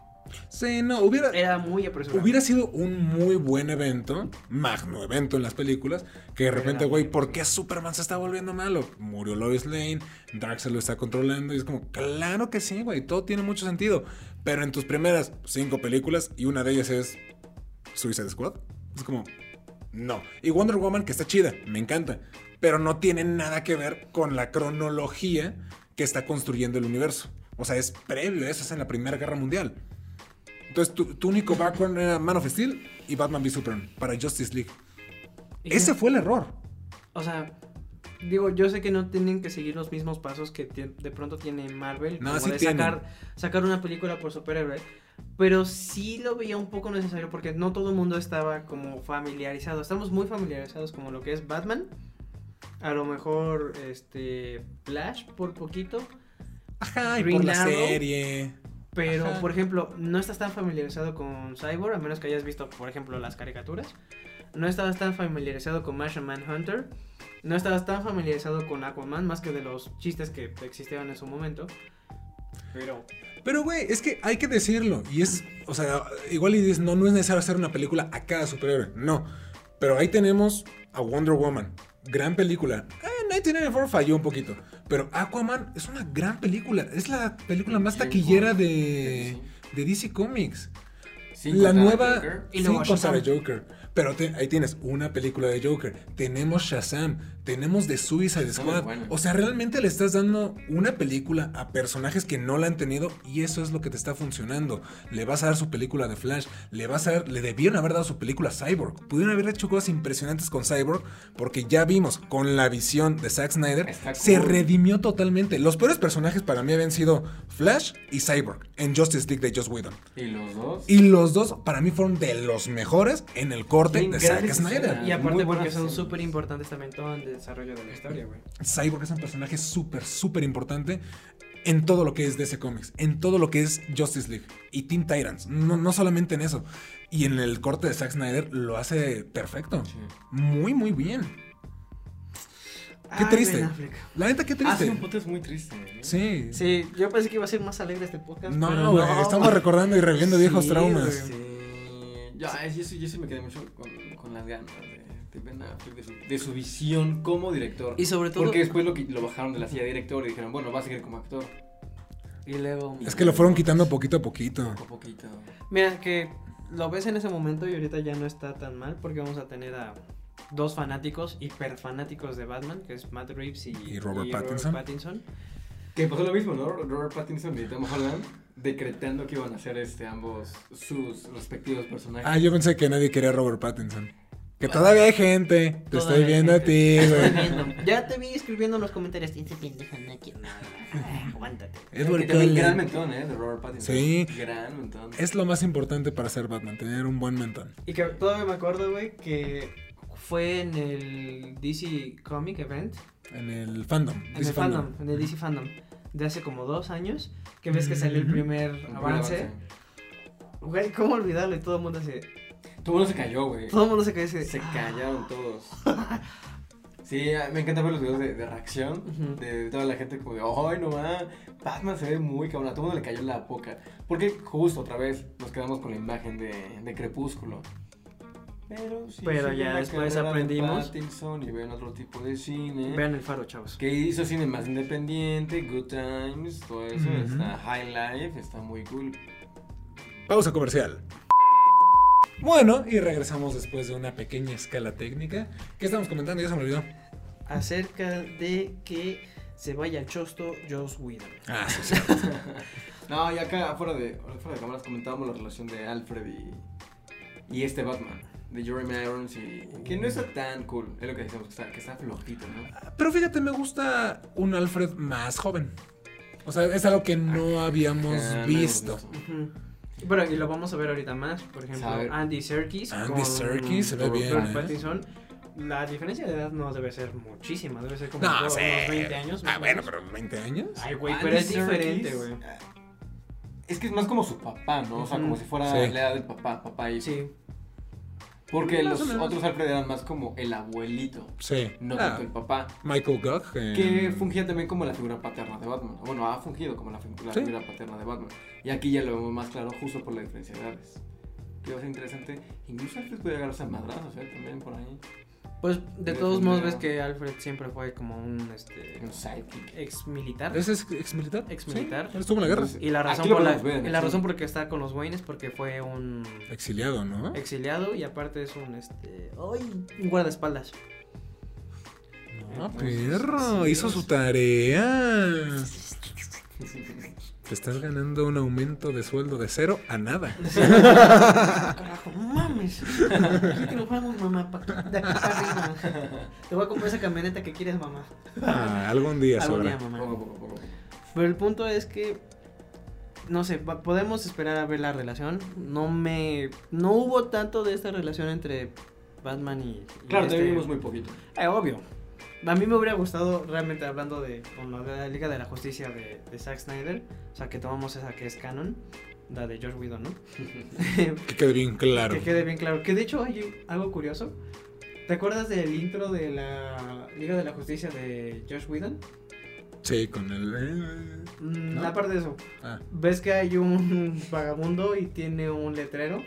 Speaker 1: Sí, no, hubiera,
Speaker 5: Era muy apresurado.
Speaker 1: hubiera sido un muy buen evento, magno evento en las películas, que de repente, güey, ¿por qué Superman se está volviendo malo? Murió Lois Lane, Darkseid lo está controlando, y es como, claro que sí, güey, todo tiene mucho sentido. Pero en tus primeras cinco películas, y una de ellas es Suicide Squad, es como, no. Y Wonder Woman, que está chida, me encanta, pero no tiene nada que ver con la cronología que está construyendo el universo. O sea, es previo, eso es en la Primera Guerra Mundial. Entonces, tu, tu único background era Man of Steel y Batman v Superman para Justice League.
Speaker 3: Y
Speaker 1: Ese fue el error.
Speaker 3: O sea, digo, yo sé que no tienen que seguir los mismos pasos que tien- de pronto tiene Marvel.
Speaker 1: No,
Speaker 3: como
Speaker 1: sí
Speaker 3: de
Speaker 1: tienen.
Speaker 3: sacar, sacar una película por superhéroe. Pero sí lo veía un poco necesario porque no todo el mundo estaba como familiarizado. Estamos muy familiarizados como lo que es Batman. A lo mejor, este, Flash por poquito.
Speaker 1: Ajá, y
Speaker 3: Green
Speaker 1: por la
Speaker 3: Arrow.
Speaker 1: serie.
Speaker 3: Pero,
Speaker 1: Ajá.
Speaker 3: por ejemplo, no estás tan familiarizado con Cyborg, a menos que hayas visto, por ejemplo, las caricaturas. No estabas tan familiarizado con Martian Manhunter. No estabas tan familiarizado con Aquaman, más que de los chistes que existían en su momento. Pero,
Speaker 1: Pero, güey, es que hay que decirlo. Y es, o sea, igual y dices, no, no es necesario hacer una película a cada superhéroe. No. Pero ahí tenemos a Wonder Woman. Gran película. Eh, 1994 falló un poquito. Pero Aquaman es una gran película. Es la película más taquillera de, de DC Comics.
Speaker 2: Sin
Speaker 1: La
Speaker 2: contar a
Speaker 1: nueva.
Speaker 2: Joker.
Speaker 3: Y
Speaker 1: sin
Speaker 3: luego
Speaker 1: contar a
Speaker 3: Shazam.
Speaker 1: Joker. Pero te- ahí tienes una película de Joker. Tenemos Shazam. Tenemos The Suicide Squad.
Speaker 2: buena.
Speaker 1: O sea, realmente le estás dando una película a personajes que no la han tenido. Y eso es lo que te está funcionando. Le vas a dar su película de Flash. Le vas a dar. Le debieron haber dado su película a Cyborg. Pudieron haber hecho cosas impresionantes con Cyborg. Porque ya vimos con la visión de Zack Snyder.
Speaker 2: Está
Speaker 1: se
Speaker 2: cool.
Speaker 1: redimió totalmente. Los peores personajes para mí habían sido Flash y Cyborg. En Justice League de Joss Whedon.
Speaker 2: Y los dos.
Speaker 1: Y los dos, para mí, fueron de los mejores en el corte
Speaker 2: Bien,
Speaker 1: de Zack
Speaker 2: grandes
Speaker 1: Snyder.
Speaker 2: escenas.
Speaker 3: y
Speaker 2: Ah, muy
Speaker 3: aparte
Speaker 2: buena
Speaker 3: porque son
Speaker 2: escena.
Speaker 3: súper importantes también todo el desarrollo de la historia, güey.
Speaker 1: Cyborg es un personaje súper, súper importante en todo lo que es DC Comics, en todo lo que es Justice League y Teen Titans. No, no solamente en eso. Y en el corte de Zack Snyder lo hace perfecto.
Speaker 2: Sí.
Speaker 1: Muy, muy bien. Qué
Speaker 3: Ay,
Speaker 1: triste.
Speaker 3: Ben Affleck.
Speaker 1: La neta, qué
Speaker 2: Hace un
Speaker 1: triste.
Speaker 2: podcast muy triste. ¿eh?
Speaker 1: Sí.
Speaker 5: Sí, yo pensé que iba a ser más alegre este podcast.
Speaker 1: No,
Speaker 5: pero
Speaker 1: güey, estamos recordando y reviviendo viejos
Speaker 5: Sí,
Speaker 1: traumas.
Speaker 5: güey.
Speaker 2: Sí. Yo, ay, yo sí- yo sí me quedé mucho con, con las ganas de, de Ben Affleck, de su, de su visión como director.
Speaker 3: Y sobre todo...
Speaker 2: Porque después lo, qui- lo bajaron de la silla de director y dijeron, bueno, va a seguir como actor.
Speaker 3: Y luego...
Speaker 1: Es que lo fueron quitando poquito a poquito.
Speaker 2: Poco a poquito.
Speaker 3: Mira, que lo ves en ese momento y ahorita ya no está tan mal porque vamos a tener a dos fanáticos, hiperfanáticos de Batman, que es Matt Reeves y,
Speaker 1: Y Robert Pattinson.
Speaker 3: Pattinson.
Speaker 2: Que pasó lo mismo, ¿no? Robert Pattinson y Tom Holland decretando que iban a ser este, ambos sus respectivos personajes.
Speaker 1: Ah, yo pensé que nadie quería a Robert Pattinson. Que todavía hay gente. Te
Speaker 3: Todavía
Speaker 1: estoy
Speaker 3: hay
Speaker 1: viendo a ti, güey.
Speaker 3: Ya te vi escribiendo en los comentarios. "Este pendejo no quiere nada". Aguántate.
Speaker 1: Es
Speaker 2: Que
Speaker 1: porque
Speaker 2: también gran
Speaker 1: le-
Speaker 2: mentón, ¿eh? De Robert Pattinson.
Speaker 1: Sí.
Speaker 2: Gran mentón.
Speaker 1: es lo más importante para ser Batman, tener un buen mentón.
Speaker 3: Y que todavía me acuerdo, güey, que fue en el DC Comic Event,
Speaker 1: En el fandom.
Speaker 3: en
Speaker 1: dice
Speaker 3: el fandom, en el DC Fandom, de hace como dos años, que ves que salió el
Speaker 1: Ujú.
Speaker 3: primer
Speaker 2: Un gran
Speaker 3: avance. Güey, ¿cómo olvidarlo? Y todo el mundo se...
Speaker 2: Todo el mundo se cayó, güey.
Speaker 3: Todo el mundo se cae
Speaker 2: Se callaron todos. Sí, a- me encanta ver los videos de, de reacción
Speaker 3: Ujú.
Speaker 2: de toda la gente como de, ¡ay, no va! Batman se ve muy cabrón, a todo mundo le cayó la boca. Porque justo otra vez nos quedamos con la imagen de, de Crepúsculo. Pero, sí,
Speaker 3: Pero
Speaker 2: sí,
Speaker 3: ya
Speaker 2: la
Speaker 3: después
Speaker 2: carrera de
Speaker 3: aprendimos.
Speaker 2: Pattinson y ven otro tipo de cine.
Speaker 3: Vean el faro, chavos.
Speaker 2: Que hizo cine más independiente, Good Times, todo eso.
Speaker 1: Ujú.
Speaker 2: Está High Life, está muy cool.
Speaker 1: Pausa comercial. Bueno, y regresamos después de una pequeña escala técnica. ¿Qué estamos comentando? Ya se me olvidó.
Speaker 3: acerca de que se vaya al chosto Joss Whedon.
Speaker 1: Ah, sí,
Speaker 2: No, y acá afuera de, afuera de cámaras comentábamos la relación de Alfred y, y este Batman, de Jeremy Irons, y, que no está tan cool, es lo que decíamos, que está, que está flojito, ¿no?
Speaker 1: Pero fíjate, me gusta un Alfred más joven. O sea, es algo que no habíamos
Speaker 2: Ah, no
Speaker 1: visto.
Speaker 2: hemos visto.
Speaker 3: Bueno, y lo vamos a ver ahorita más. Por ejemplo,
Speaker 2: Saber.
Speaker 3: Andy Serkis.
Speaker 1: Andy
Speaker 3: con
Speaker 1: Serkis se ve
Speaker 3: Robert
Speaker 1: bien, ¿eh?
Speaker 3: Pattinson. La diferencia de edad no debe ser muchísima, debe ser como
Speaker 1: No,
Speaker 3: unos
Speaker 1: sí.
Speaker 3: 20 años. más
Speaker 1: Ah,
Speaker 3: o
Speaker 1: bueno,
Speaker 3: menos.
Speaker 1: pero 20 años.
Speaker 3: Ay, güey,
Speaker 2: Andy
Speaker 3: pero es
Speaker 2: Serkis,
Speaker 3: diferente, güey.
Speaker 2: ah, Es que es más como su papá, ¿no? O sea, como
Speaker 3: Ujú.
Speaker 2: si fuera
Speaker 1: Sí.
Speaker 2: la edad del papá, papá y...
Speaker 3: Sí.
Speaker 2: Porque
Speaker 3: Más o
Speaker 2: los
Speaker 3: menos.
Speaker 2: otros Alfred eran más como el abuelito,
Speaker 1: Sí.
Speaker 2: no
Speaker 1: Ah,
Speaker 2: tanto el papá.
Speaker 1: Michael Gogh. en-
Speaker 2: Que fungía también como la figura paterna de Batman. Bueno, ha fungido como la, fi- la
Speaker 1: Sí.
Speaker 2: figura paterna de Batman. Y aquí ya lo vemos más claro justo por la diferencia de edades. Que va a ser interesante. Incluso Alfred puede agarrarse a madrazos, ¿eh? También por ahí.
Speaker 3: Pues de
Speaker 2: Le
Speaker 3: todos modos ves
Speaker 2: fundieron.
Speaker 3: que Alfred siempre fue como un este
Speaker 2: Un sidekick.
Speaker 3: ex militar.
Speaker 1: ¿Ese es ex militar?
Speaker 3: Ex militar.
Speaker 1: Sí, él estuvo en la guerra.
Speaker 2: Entonces,
Speaker 3: Y la razón
Speaker 2: Aquí lo
Speaker 3: por la,
Speaker 2: podemos ver,
Speaker 3: y la
Speaker 2: sí.
Speaker 3: razón por la que está con los Wayne es porque fue un
Speaker 1: Exiliado, ¿no?
Speaker 3: exiliado y aparte es un este ay, un guardaespaldas.
Speaker 1: No, Ah,
Speaker 3: pues,
Speaker 1: perro. Hizo su tarea. Te estás ganando un aumento de sueldo de cero a nada.
Speaker 4: Carajo, no mames. Aquí te lo vamos, mamá. Pa' aquí, de aquí para arriba.
Speaker 5: Te voy a comprar esa camioneta que quieres, mamá.
Speaker 1: Ah, algún día
Speaker 3: Algún
Speaker 1: sobra.
Speaker 3: día, mamá.
Speaker 2: Poco a poco, poco a poco.
Speaker 1: Este
Speaker 3: Pero el punto es que no sé, pa- podemos esperar a ver la relación. No me no hubo tanto de esta relación entre Batman y, y
Speaker 2: Claro,
Speaker 3: este-
Speaker 2: te vimos muy poquito.
Speaker 3: Eh, obvio. A mí me hubiera gustado, realmente hablando de con la, de la Liga de la Justicia de, de Zack Snyder, o sea, que tomamos esa que es canon, la de George Whedon, ¿no?
Speaker 1: Que quede bien claro.
Speaker 3: Que quede bien claro. Que de hecho hay algo curioso. ¿Te acuerdas del intro de la Liga de la Justicia de Josh Whedon?
Speaker 1: Sí, con el.
Speaker 3: Mm,
Speaker 1: No.
Speaker 3: Aparte de eso,
Speaker 1: Ah,
Speaker 3: ves que hay un vagabundo y tiene un letrero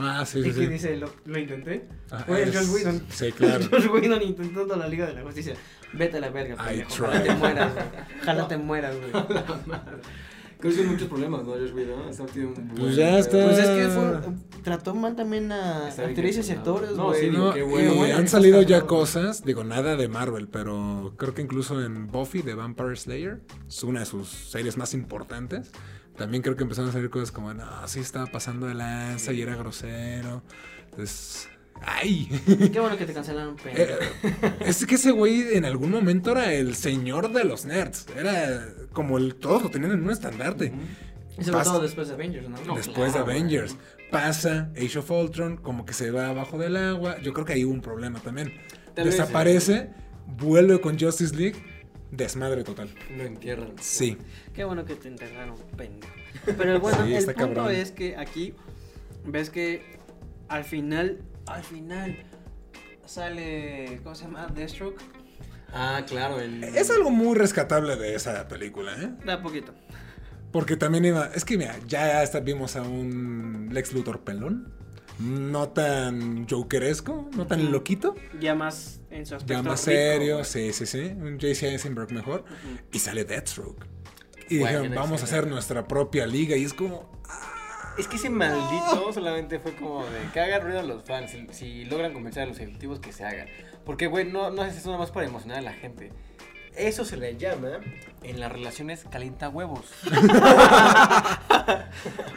Speaker 1: Ah, sí,
Speaker 3: y
Speaker 1: sí.
Speaker 3: que
Speaker 1: sí.
Speaker 3: dice, lo, lo intenté.
Speaker 1: Ah,
Speaker 3: Fue
Speaker 1: es-
Speaker 3: Joss Whedon.
Speaker 1: Sí, claro.
Speaker 3: Josh Whedon intentando la Liga de la Justicia. Vete a la verga,
Speaker 1: I
Speaker 3: pendejo. Ojalá
Speaker 1: tried.
Speaker 3: te mueras, güey. Ojalá te mueras, güey.
Speaker 2: Creo que hay muchos problemas, ¿no? Josh Whedon. Está tenido un buen
Speaker 1: ya
Speaker 2: pedo.
Speaker 1: está.
Speaker 3: Pues es que
Speaker 1: Ah.
Speaker 3: fue- trató mal también a
Speaker 2: Está bien
Speaker 3: actrices y
Speaker 2: cabrón.
Speaker 3: actores,
Speaker 2: No,
Speaker 3: güey.
Speaker 2: sí,
Speaker 1: No,
Speaker 2: qué bueno,
Speaker 1: y
Speaker 3: ¿eh?
Speaker 2: güey.
Speaker 1: han salido ya cosas, digo, nada de Marvel, pero creo que incluso en Buffy de Vampire Slayer, es una de sus series más importantes. También creo que empezaron a salir cosas como, no, sí estaba pasando de lanza y era grosero. Entonces, ¡ay!
Speaker 3: Qué bueno que te cancelaron, pero...
Speaker 1: Eh, es que ese güey en algún momento era el señor de los nerds. Era como el, todos lo tenían en un estandarte.
Speaker 3: Y sobre
Speaker 1: pasa-
Speaker 3: todo después de Avengers, ¿no?
Speaker 1: Después
Speaker 2: claro,
Speaker 1: de Avengers. Pasa Age of Ultron, como que se va abajo del agua. Yo creo que ahí hubo un problema también.
Speaker 2: Tal vez, eh.
Speaker 1: Desaparece, vuelve con Justice League, desmadre total.
Speaker 2: Lo entierran.
Speaker 1: Sí.
Speaker 3: Qué bueno que te enterraron, pendejo. Pero bueno,
Speaker 1: Sí,
Speaker 3: el
Speaker 1: está
Speaker 3: punto
Speaker 1: cabrón.
Speaker 3: es que aquí ves que al final, al final sale, ¿cómo se llama? Deathstroke.
Speaker 2: Ah, claro. El...
Speaker 1: Es algo muy rescatable de esa película, ¿eh?
Speaker 3: Da poquito.
Speaker 1: Porque también iba. Es que mira, ya hasta vimos a un Lex Luthor pelón. No tan jokeresco, no tan loquito.
Speaker 3: Ya más en su aspecto.
Speaker 1: Ya más
Speaker 3: rico.
Speaker 1: serio, sí, sí, sí. Un JC Eisenberg mejor. Y sale Deathstroke. Y
Speaker 2: Guay,
Speaker 1: dijeron,
Speaker 2: tiene que
Speaker 1: vamos a
Speaker 2: ser
Speaker 1: hacer
Speaker 2: Deathstroke".
Speaker 1: nuestra propia liga. Y es como,
Speaker 2: Es que ese maldito solamente fue como de que hagan ruido a los fans. Si, si logran convencer a los ejecutivos, que se hagan. Porque, güey, no, no haces eso nada más para emocionar a la gente. Eso se le llama en las relaciones calienta huevos.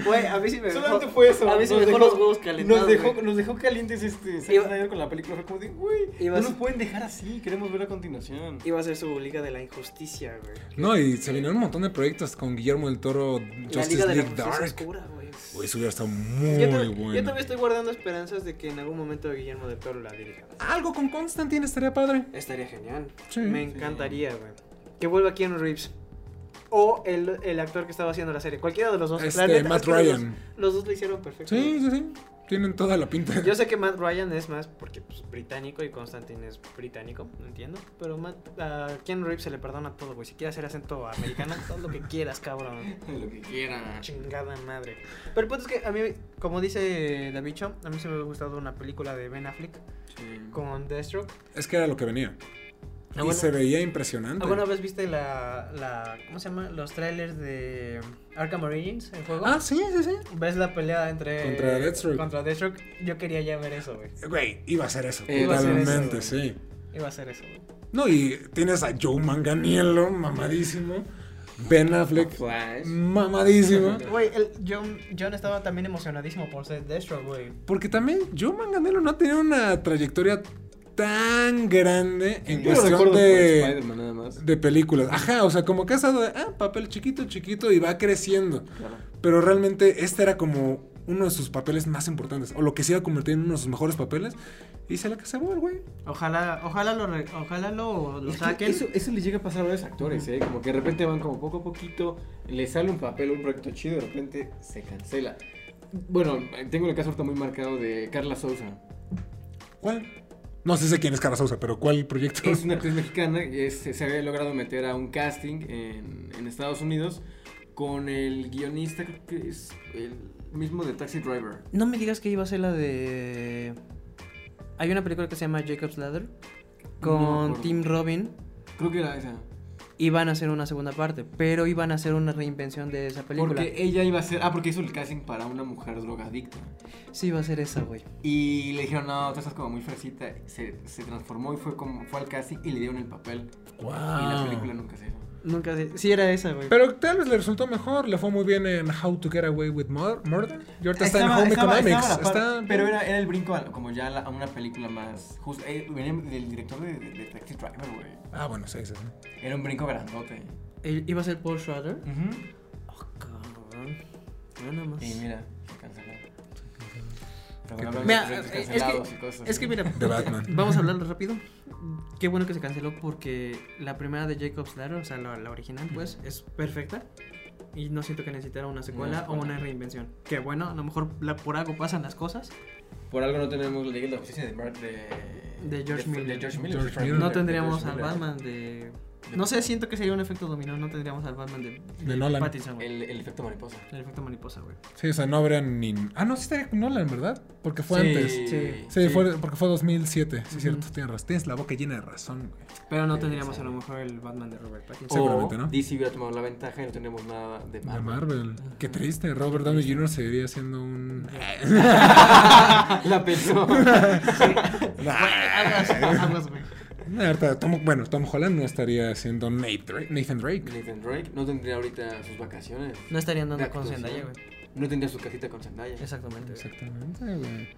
Speaker 3: Güey, a mí sí me
Speaker 2: solamente
Speaker 3: dejó,
Speaker 2: fue eso.
Speaker 3: a mí sí me
Speaker 2: Nos
Speaker 3: dejó
Speaker 2: dejó-
Speaker 3: los huevos calentados.
Speaker 2: nos, dejó,
Speaker 3: güey.
Speaker 2: nos dejó calientes este Zack
Speaker 3: Iba-
Speaker 2: Snyder con la película. Fue como de, güey,
Speaker 3: Iba
Speaker 2: no
Speaker 3: a
Speaker 2: nos
Speaker 3: ser-
Speaker 2: pueden dejar así. Queremos ver a continuación.
Speaker 3: Iba a ser su liga de la injusticia, güey.
Speaker 1: No, y se vinieron un montón de proyectos con Guillermo del Toro,
Speaker 3: La
Speaker 1: Justice
Speaker 3: liga de la
Speaker 1: League
Speaker 3: justicia
Speaker 1: Dark.
Speaker 3: oscura, güey.
Speaker 1: Uy, eso hubiera estado muy
Speaker 3: yo, también, yo
Speaker 1: bueno.
Speaker 3: también estoy guardando esperanzas de que en algún momento Guillermo del Toro la dirija.
Speaker 1: Algo con Constantine estaría padre.
Speaker 3: Estaría genial.
Speaker 1: Sí.
Speaker 3: Me
Speaker 2: Sí.
Speaker 3: encantaría, güey. Que vuelva Keanu Reeves. O el, el actor que estaba haciendo la serie. Cualquiera de los dos. La
Speaker 1: Este,
Speaker 3: neta,
Speaker 1: Matt
Speaker 3: es que los dos-
Speaker 1: Ryan.
Speaker 3: Los, dos lo hicieron perfecto.
Speaker 1: Sí, sí, sí. Tienen toda la pinta.
Speaker 3: Yo sé que Matt Ryan es más porque pues, británico y Constantine es británico, entiendo. Pero Matt, a Keanu Reeves se le perdona todo, güey. Si quieres hacer acento americano, haz lo que quieras, cabrón.
Speaker 2: Lo que quieran.
Speaker 3: Chingada madre. Pero el punto es que a mí, como dice Davicho, a mí se me hubiera gustado una película de Ben Affleck con Deathstroke.
Speaker 1: Es que era lo que venía.
Speaker 3: Ah,
Speaker 1: y
Speaker 3: bueno.
Speaker 1: se veía impresionante.
Speaker 3: ¿Alguna vez Ah, viste la, la. ¿Cómo se llama? Los trailers de Arkham Origins, el juego.
Speaker 1: Ah, sí, sí, sí.
Speaker 3: ¿Ves la pelea entre.
Speaker 1: Contra Deathstroke.
Speaker 3: Contra Deathstroke. Yo quería ya ver eso, güey.
Speaker 1: Güey, iba a ser eso.
Speaker 3: Eh,
Speaker 2: Iba a ser
Speaker 1: totalmente,
Speaker 3: eso,
Speaker 1: sí.
Speaker 3: Iba a ser eso, güey.
Speaker 1: No, y tienes a Joe Manganiello, mamadísimo. Ben Affleck,
Speaker 3: pues.
Speaker 2: Flash.
Speaker 1: mamadísimo.
Speaker 3: Güey, el John, John estaba también emocionadísimo por ser Deathstroke, güey.
Speaker 1: Porque también Joe Manganiello no ha tenido una trayectoria tan grande en
Speaker 2: Yo lo
Speaker 1: cuestión
Speaker 2: recuerdo por
Speaker 1: de,
Speaker 2: Spider-Man nada más.
Speaker 1: de películas. Ajá, o sea, como que ha estado de, ah, papel chiquito, chiquito y va creciendo.
Speaker 2: Claro.
Speaker 1: Pero realmente este era como uno de sus papeles más importantes, o lo que se iba a convertir en uno de sus mejores papeles, y se la cazaba el güey.
Speaker 3: Ojalá, ojalá lo, re- ojalá lo, lo
Speaker 2: Es que
Speaker 3: saquen.
Speaker 2: Eso, eso les llega a pasar a varios actores, ¿eh? Como que de repente van como poco a poquito, les sale un papel, un proyecto chido, de repente se cancela. Bueno, tengo el caso ahorita muy marcado de Carla Sousa.
Speaker 1: ¿Cuál? No sé sé quién es Cara Sousa, pero ¿cuál proyecto?
Speaker 2: Es una actriz mexicana que es- se había logrado meter a un casting en, en Estados Unidos con el guionista, creo que es el mismo de Taxi Driver.
Speaker 3: No me digas que iba a ser la de. Hay una película que se llama Jacob's Ladder con
Speaker 2: No me acuerdo.
Speaker 3: Tim Robin.
Speaker 2: Creo que era esa.
Speaker 3: Iban a hacer una segunda parte, pero iban a hacer una reinvención de esa película.
Speaker 2: Porque ella iba a ser. Ah, porque hizo el casting para una mujer drogadicta.
Speaker 3: Sí, iba a ser esa, güey.
Speaker 2: Y le dijeron, no, tú estás como muy fresita. Se, se transformó y fue como fue al casting y le dieron el papel. Y la película nunca se hizo.
Speaker 3: Nunca sé. Sí, era esa, güey.
Speaker 1: Pero tal vez le resultó mejor, le fue muy bien en How to Get Away with Mur- Murder. Y ahorita está en
Speaker 2: Ah, Estaba-
Speaker 1: Home
Speaker 2: estaba-
Speaker 1: Economics.
Speaker 2: estaba a la par,
Speaker 1: está...
Speaker 2: Pero era, era el brinco a- como ya a la- a una película más justa. Eh, venía del director de, de- de Taxi Driver, güey.
Speaker 1: Ah, bueno, sí, sí. sí.
Speaker 2: Era un brinco grandote.
Speaker 3: ¿El- Eh, ¿Iba a ser Paul Schrader? Oh, cabrón. Mira nada más.
Speaker 2: Y mira, se canceló. Pero
Speaker 1: Qué
Speaker 2: bueno, hablando
Speaker 3: Mira,
Speaker 2: de
Speaker 3: eh,
Speaker 2: proyectos
Speaker 3: es
Speaker 2: cancelados
Speaker 3: que-
Speaker 2: y cosas,
Speaker 3: Es que
Speaker 2: ¿no?
Speaker 3: mira,
Speaker 1: De Batman.
Speaker 3: vamos a hablarlo rápido. Qué bueno que se canceló porque la primera de Jacob's Ladder, o sea, la, la original, pues, es perfecta. Y no siento que necesitara una secuela o
Speaker 2: secuela.
Speaker 3: una reinvención. Que bueno, a lo mejor la- por algo pasan las cosas.
Speaker 2: Por algo no tenemos la Liga de la Justicia de Mark de.
Speaker 3: De George
Speaker 2: de- de
Speaker 3: Miller.
Speaker 2: George Miller.
Speaker 1: George Miller.
Speaker 2: Frank Miller,
Speaker 3: No
Speaker 2: de
Speaker 3: tendríamos
Speaker 2: George
Speaker 3: al
Speaker 2: Miller.
Speaker 3: Batman de... No sé, siento que sería un efecto dominó. No tendríamos al Batman de,
Speaker 1: De Nolan.
Speaker 3: Pattinson, güey.
Speaker 2: El, el efecto mariposa.
Speaker 3: El efecto mariposa, güey.
Speaker 1: Sí, o sea, no habría ni. Ah, no, sí estaría con Nolan, ¿verdad? Porque fue antes. Sí,
Speaker 3: Sí.
Speaker 1: Fue, porque fue 2007. Sí, es cierto,
Speaker 3: Ujú.
Speaker 1: tienes razón. Tienes la boca llena de razón, güey.
Speaker 3: Pero no
Speaker 2: Sí,
Speaker 3: tendríamos
Speaker 2: sí. Oh.
Speaker 3: a lo mejor el Batman de Robert Pattinson.
Speaker 1: Seguramente,
Speaker 2: o
Speaker 1: ¿no?
Speaker 2: DC hubiera tomado la ventaja y no tenemos nada de
Speaker 1: De
Speaker 2: Marvel.
Speaker 1: Marvel. Qué triste. Robert Downey Jr. seguiría siendo un.
Speaker 2: la pensó.
Speaker 3: Aguas, aguas, güey.
Speaker 1: Nah, ahorita Tom- bueno, Tom Holland no estaría siendo Nate Drake- Nathan Drake.
Speaker 2: Nathan Drake no tendría ahorita sus vacaciones.
Speaker 3: No estarían dando
Speaker 2: De
Speaker 3: con
Speaker 2: actuación.
Speaker 3: Zendaya, güey.
Speaker 2: No tendría su casita con Zendaya.
Speaker 3: Exactamente, güey.
Speaker 1: Exactamente, güey.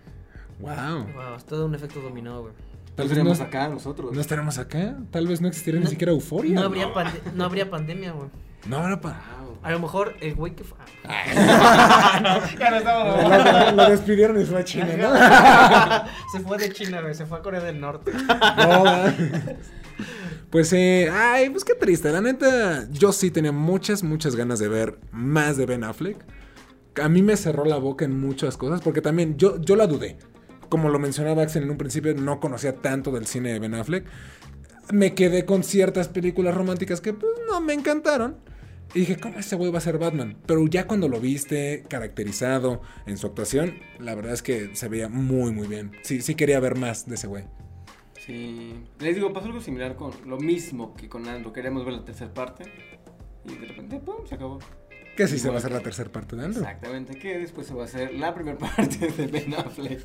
Speaker 1: Wow.
Speaker 3: Wow, es todo un efecto dominó, güey.
Speaker 1: Tal
Speaker 2: Tal
Speaker 1: vez
Speaker 2: tenemos
Speaker 1: no-
Speaker 2: acá nosotros.
Speaker 1: No estaremos acá. Tal vez no existiera
Speaker 3: No-
Speaker 1: ni siquiera euforia.
Speaker 3: No habría, pande- no habría pandemia, güey.
Speaker 1: No habrá pa-
Speaker 2: Wow.
Speaker 3: A lo mejor el güey que ah, fue.
Speaker 5: Ya no estamos.
Speaker 1: Lo, lo- lo despidieron y fue a China, ¿no?
Speaker 3: se fue de China, güey. Se fue a Corea del Norte.
Speaker 1: No, ¿verdad? Pues, eh, ay, pues qué triste. La neta, yo sí tenía muchas, muchas ganas de ver más de Ben Affleck. A mí me cerró la boca en muchas cosas, porque también yo, yo la dudé. Como lo mencionaba Axel en un principio, no conocía tanto del cine de Ben Affleck. Me quedé con ciertas películas románticas que pues, no me encantaron. Y dije, ¿cómo ese güey va a ser Batman? Pero ya cuando lo viste caracterizado en su actuación, la verdad es que se veía muy, muy bien. Sí, sí quería ver más de ese güey.
Speaker 2: Sí. Les digo, pasó algo similar con lo mismo que con Andrew. Queríamos ver la tercera parte. Y de repente, ¡pum! se acabó.
Speaker 1: Que sí se
Speaker 2: Igual
Speaker 1: va a hacer
Speaker 2: que-
Speaker 1: la tercera parte de Andrew.
Speaker 2: Exactamente. Que después se va a hacer la primera parte de Ben Affleck.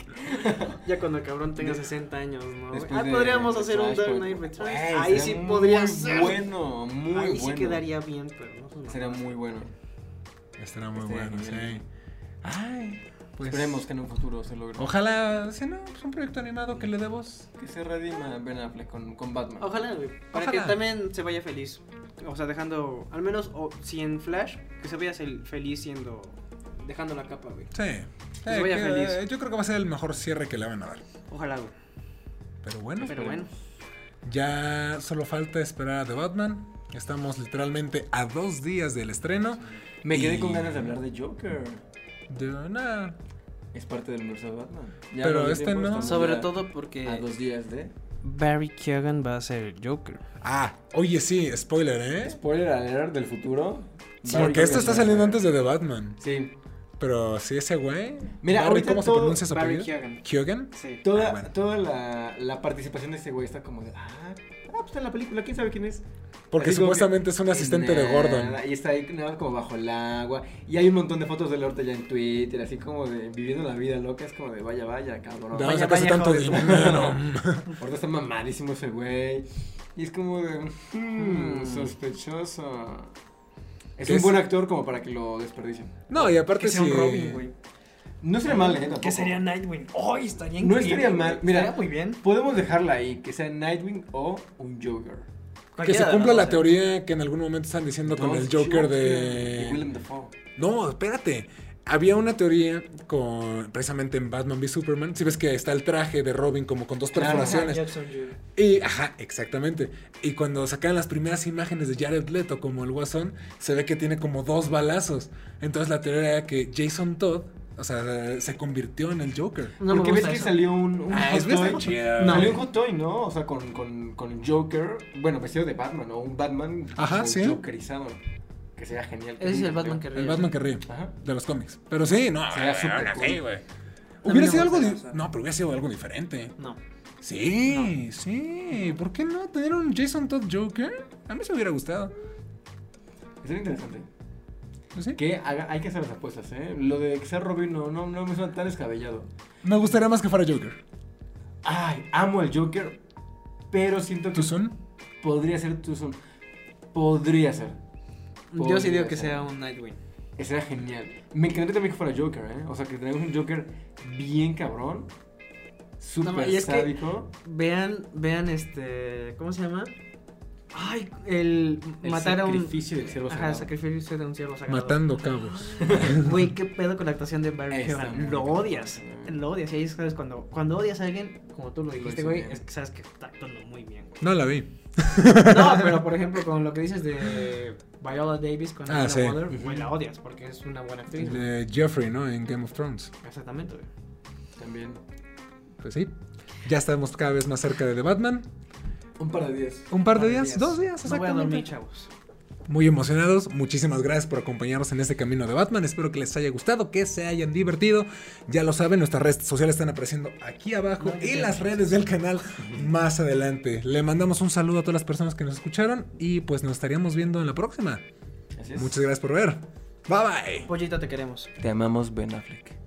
Speaker 5: Ya cuando el cabrón tenga 60 años, ¿no? güey?
Speaker 2: Después
Speaker 5: Ah,
Speaker 2: de-
Speaker 5: podríamos
Speaker 2: de
Speaker 5: hacer un
Speaker 2: Flashpoint.
Speaker 5: Dark Knight Returns.
Speaker 2: Güey,
Speaker 5: Ahí
Speaker 2: sería
Speaker 5: sí
Speaker 2: muy
Speaker 5: podría ser.
Speaker 2: Bueno, muy bueno.
Speaker 5: Ahí sí quedaría bien, pero no sé.
Speaker 2: Sería muy bueno.
Speaker 1: Estará muy
Speaker 2: Este,
Speaker 1: bueno, sí.
Speaker 2: bien.
Speaker 1: Ay, pues.
Speaker 2: Esperemos que en un futuro se logre.
Speaker 1: Ojalá, si no, es un proyecto animado que le dé voz.
Speaker 2: Que se redima Ben Affleck con, con Batman.
Speaker 5: Ojalá, güey. Para
Speaker 1: Ojalá.
Speaker 5: que también se vaya feliz. O sea, dejando, al menos, o, si en Flash, que se vaya fel- feliz siendo. Dejando la capa, güey.
Speaker 1: Sí.
Speaker 2: Pues
Speaker 5: se vaya
Speaker 1: que,
Speaker 5: feliz.
Speaker 1: eh, Yo creo que va a ser el mejor cierre que le van a dar.
Speaker 5: Ojalá, güey.
Speaker 1: Pero bueno,
Speaker 5: Pero bueno.
Speaker 1: ya solo falta esperar a The Batman. Estamos literalmente a dos días del estreno.
Speaker 2: Me quedé
Speaker 1: Y-
Speaker 2: con ganas de hablar de Joker.
Speaker 1: De nada.
Speaker 2: Es parte del universo de Batman. Ya
Speaker 1: Pero
Speaker 2: no dio
Speaker 1: este
Speaker 2: tiempo,
Speaker 1: no.
Speaker 2: estamos
Speaker 3: Sobre
Speaker 2: ya
Speaker 3: todo
Speaker 2: A
Speaker 3: porque
Speaker 2: dos días de.
Speaker 3: Barry Keoghan va a ser el Joker.
Speaker 1: Ah, oye, sí, spoiler, ¿eh?
Speaker 2: Spoiler alert del futuro.
Speaker 1: Porque esto está saliendo antes de The Batman.
Speaker 2: Sí.
Speaker 1: Pero si ese güey.
Speaker 2: Mira,
Speaker 1: Barry,
Speaker 2: ahorita
Speaker 1: ¿cómo se
Speaker 2: todo-
Speaker 1: pronuncia su
Speaker 5: Barry
Speaker 1: apellido?
Speaker 5: Keoghan.
Speaker 1: Kyogen.
Speaker 5: Sí.
Speaker 2: Toda,
Speaker 1: Ah, bueno.
Speaker 2: toda la, la participación de este güey está como de. Ah, ah, pues está en la película, quién sabe quién es.
Speaker 1: Porque
Speaker 2: Así como
Speaker 1: supuestamente es un
Speaker 2: que-
Speaker 1: asistente de
Speaker 2: Nada,
Speaker 1: Gordon.
Speaker 2: Y está ahí nada más como bajo el agua. Y hay un montón de fotos del norte ya en Twitter, así como de viviendo la vida loca. Es como de vaya, vaya, cabrón.
Speaker 1: De dónde
Speaker 2: Vaya,
Speaker 1: sacaste
Speaker 3: vaya,
Speaker 1: tanto
Speaker 3: joven.
Speaker 1: dinero.
Speaker 2: Ahorita está mamadísimo ese güey. Y es como de. "Mm, sospechoso. Es
Speaker 1: Que
Speaker 2: un
Speaker 1: Hmm. es-
Speaker 2: buen actor como para que lo desperdicien.
Speaker 1: No, y aparte
Speaker 3: Que sea un
Speaker 1: si-
Speaker 3: Robin, güey.
Speaker 2: No sería mal, ¿eh?
Speaker 3: Que
Speaker 2: tampoco.
Speaker 3: sería Nightwing. ¡Hoy estaría
Speaker 2: No
Speaker 3: increíble!
Speaker 2: estaría mal,
Speaker 3: güey.
Speaker 2: mira.
Speaker 3: Estaría muy bien.
Speaker 2: Podemos dejarla ahí, que sea Nightwing o un Joker.
Speaker 1: que
Speaker 3: Cualquiera
Speaker 1: se
Speaker 3: de
Speaker 1: cumpla
Speaker 3: los
Speaker 1: la
Speaker 3: dos, eh.
Speaker 1: teoría que en algún momento están diciendo con el
Speaker 2: Dos
Speaker 1: Joker
Speaker 2: y Willem
Speaker 1: de...
Speaker 2: Dafoe.
Speaker 1: No, espérate. Había una teoría con precisamente en Batman v Superman. Si ves que está el traje de Robin como con dos
Speaker 2: Claro.
Speaker 1: perforaciones.
Speaker 3: Jackson Jr.
Speaker 1: Y, ajá, exactamente. Y cuando sacan las primeras imágenes de Jared Leto como el guasón, se ve que tiene como dos balazos. Entonces la teoría era que Jason Todd O sea, se convirtió en el Joker.
Speaker 3: No me
Speaker 2: Porque ves
Speaker 3: gusta
Speaker 2: que
Speaker 3: eso.
Speaker 2: salió un, un
Speaker 1: Ah,
Speaker 2: hot
Speaker 1: es que está
Speaker 2: toy.
Speaker 1: chido.
Speaker 3: No.
Speaker 2: Salió un hot toy, ¿no? O sea, con, con, con Joker, bueno, vestido de Batman, o un Batman
Speaker 1: Ajá,
Speaker 2: como
Speaker 1: sí.
Speaker 2: jokerizado. Que sería genial.
Speaker 3: Ese es el Batman que
Speaker 1: El
Speaker 3: ríe.
Speaker 1: Batman que ríe.
Speaker 2: Ajá.
Speaker 1: De los cómics. Pero sí, no.
Speaker 2: Sería
Speaker 1: eh,
Speaker 2: súper
Speaker 1: ahora
Speaker 2: cool.
Speaker 1: sí, güey.
Speaker 3: me
Speaker 1: Hubiera sido algo.
Speaker 3: gusta,
Speaker 1: di-
Speaker 3: o sea.
Speaker 1: No, pero hubiera sido algo diferente.
Speaker 3: No.
Speaker 1: Sí, sí. ¿Por qué no tener un Jason Todd Joker? A mí se hubiera gustado. Pues
Speaker 2: Sería interesante.
Speaker 1: ¿No sé?
Speaker 2: Que haga- hay que hacer las apuestas, ¿eh? Lo de que sea Robin no, no, no me suena tan descabellado.
Speaker 1: Me gustaría más que fuera Joker.
Speaker 2: Ay, amo el Joker, pero siento que
Speaker 1: ¿Tú son?
Speaker 2: podría ser Tucson. Podría ser.
Speaker 3: Yo sí digo
Speaker 2: Podría
Speaker 3: que
Speaker 2: ser.
Speaker 3: sea un Nightwing.
Speaker 2: Que Sería genial. Me encantaría también que fuera Joker, ¿eh? O sea, que tenemos un Joker bien cabrón. Súper
Speaker 3: y es que-
Speaker 2: sádico.
Speaker 3: Vean, vean este. ¿Cómo se llama? Ay, el,
Speaker 2: El
Speaker 3: matar a un.
Speaker 2: sacrificio del ciervo
Speaker 3: Ajá, el
Speaker 2: sagrado.
Speaker 3: sacrificio de un ciervo sagrado.
Speaker 1: Matando cabos.
Speaker 3: Güey, qué pedo con la actuación de Barry
Speaker 2: Está
Speaker 3: Keoghan.
Speaker 2: muy
Speaker 3: Lo
Speaker 2: bien.
Speaker 3: odias. Lo odias. Y ahí sabes cuando, cuando odias a alguien, como tú lo dijiste,
Speaker 2: hizo
Speaker 3: güey,
Speaker 2: bien.
Speaker 3: es que sabes que está actuando muy bien, güey.
Speaker 1: No la vi.
Speaker 3: Pues, No, pero por ejemplo, con lo que dices de Viola Davis con
Speaker 1: Ah,
Speaker 3: Anna
Speaker 1: sí.
Speaker 3: Water, güey, la odias porque es una buena actriz. güey.
Speaker 1: De Jeffrey, ¿no? En Game of Thrones.
Speaker 3: Exactamente, güey.
Speaker 2: También.
Speaker 1: Pues sí. Ya estamos cada vez más cerca de The Batman.
Speaker 2: Un par de días.
Speaker 1: Un par de días, dos días
Speaker 3: No voy a
Speaker 1: exactamente.
Speaker 3: dormir, chavos.
Speaker 1: Muy emocionados, muchísimas gracias por acompañarnos en este camino de Batman. Espero que les haya gustado, que se hayan divertido. Ya lo saben, nuestras redes sociales están apareciendo aquí abajo y las redes del canal más adelante. Le mandamos un saludo a todas las personas que nos escucharon y pues nos estaríamos viendo en la próxima.
Speaker 2: Así es.
Speaker 1: Muchas gracias por ver. Bye bye.
Speaker 3: Pollito, te queremos.
Speaker 2: Te amamos, Ben Affleck.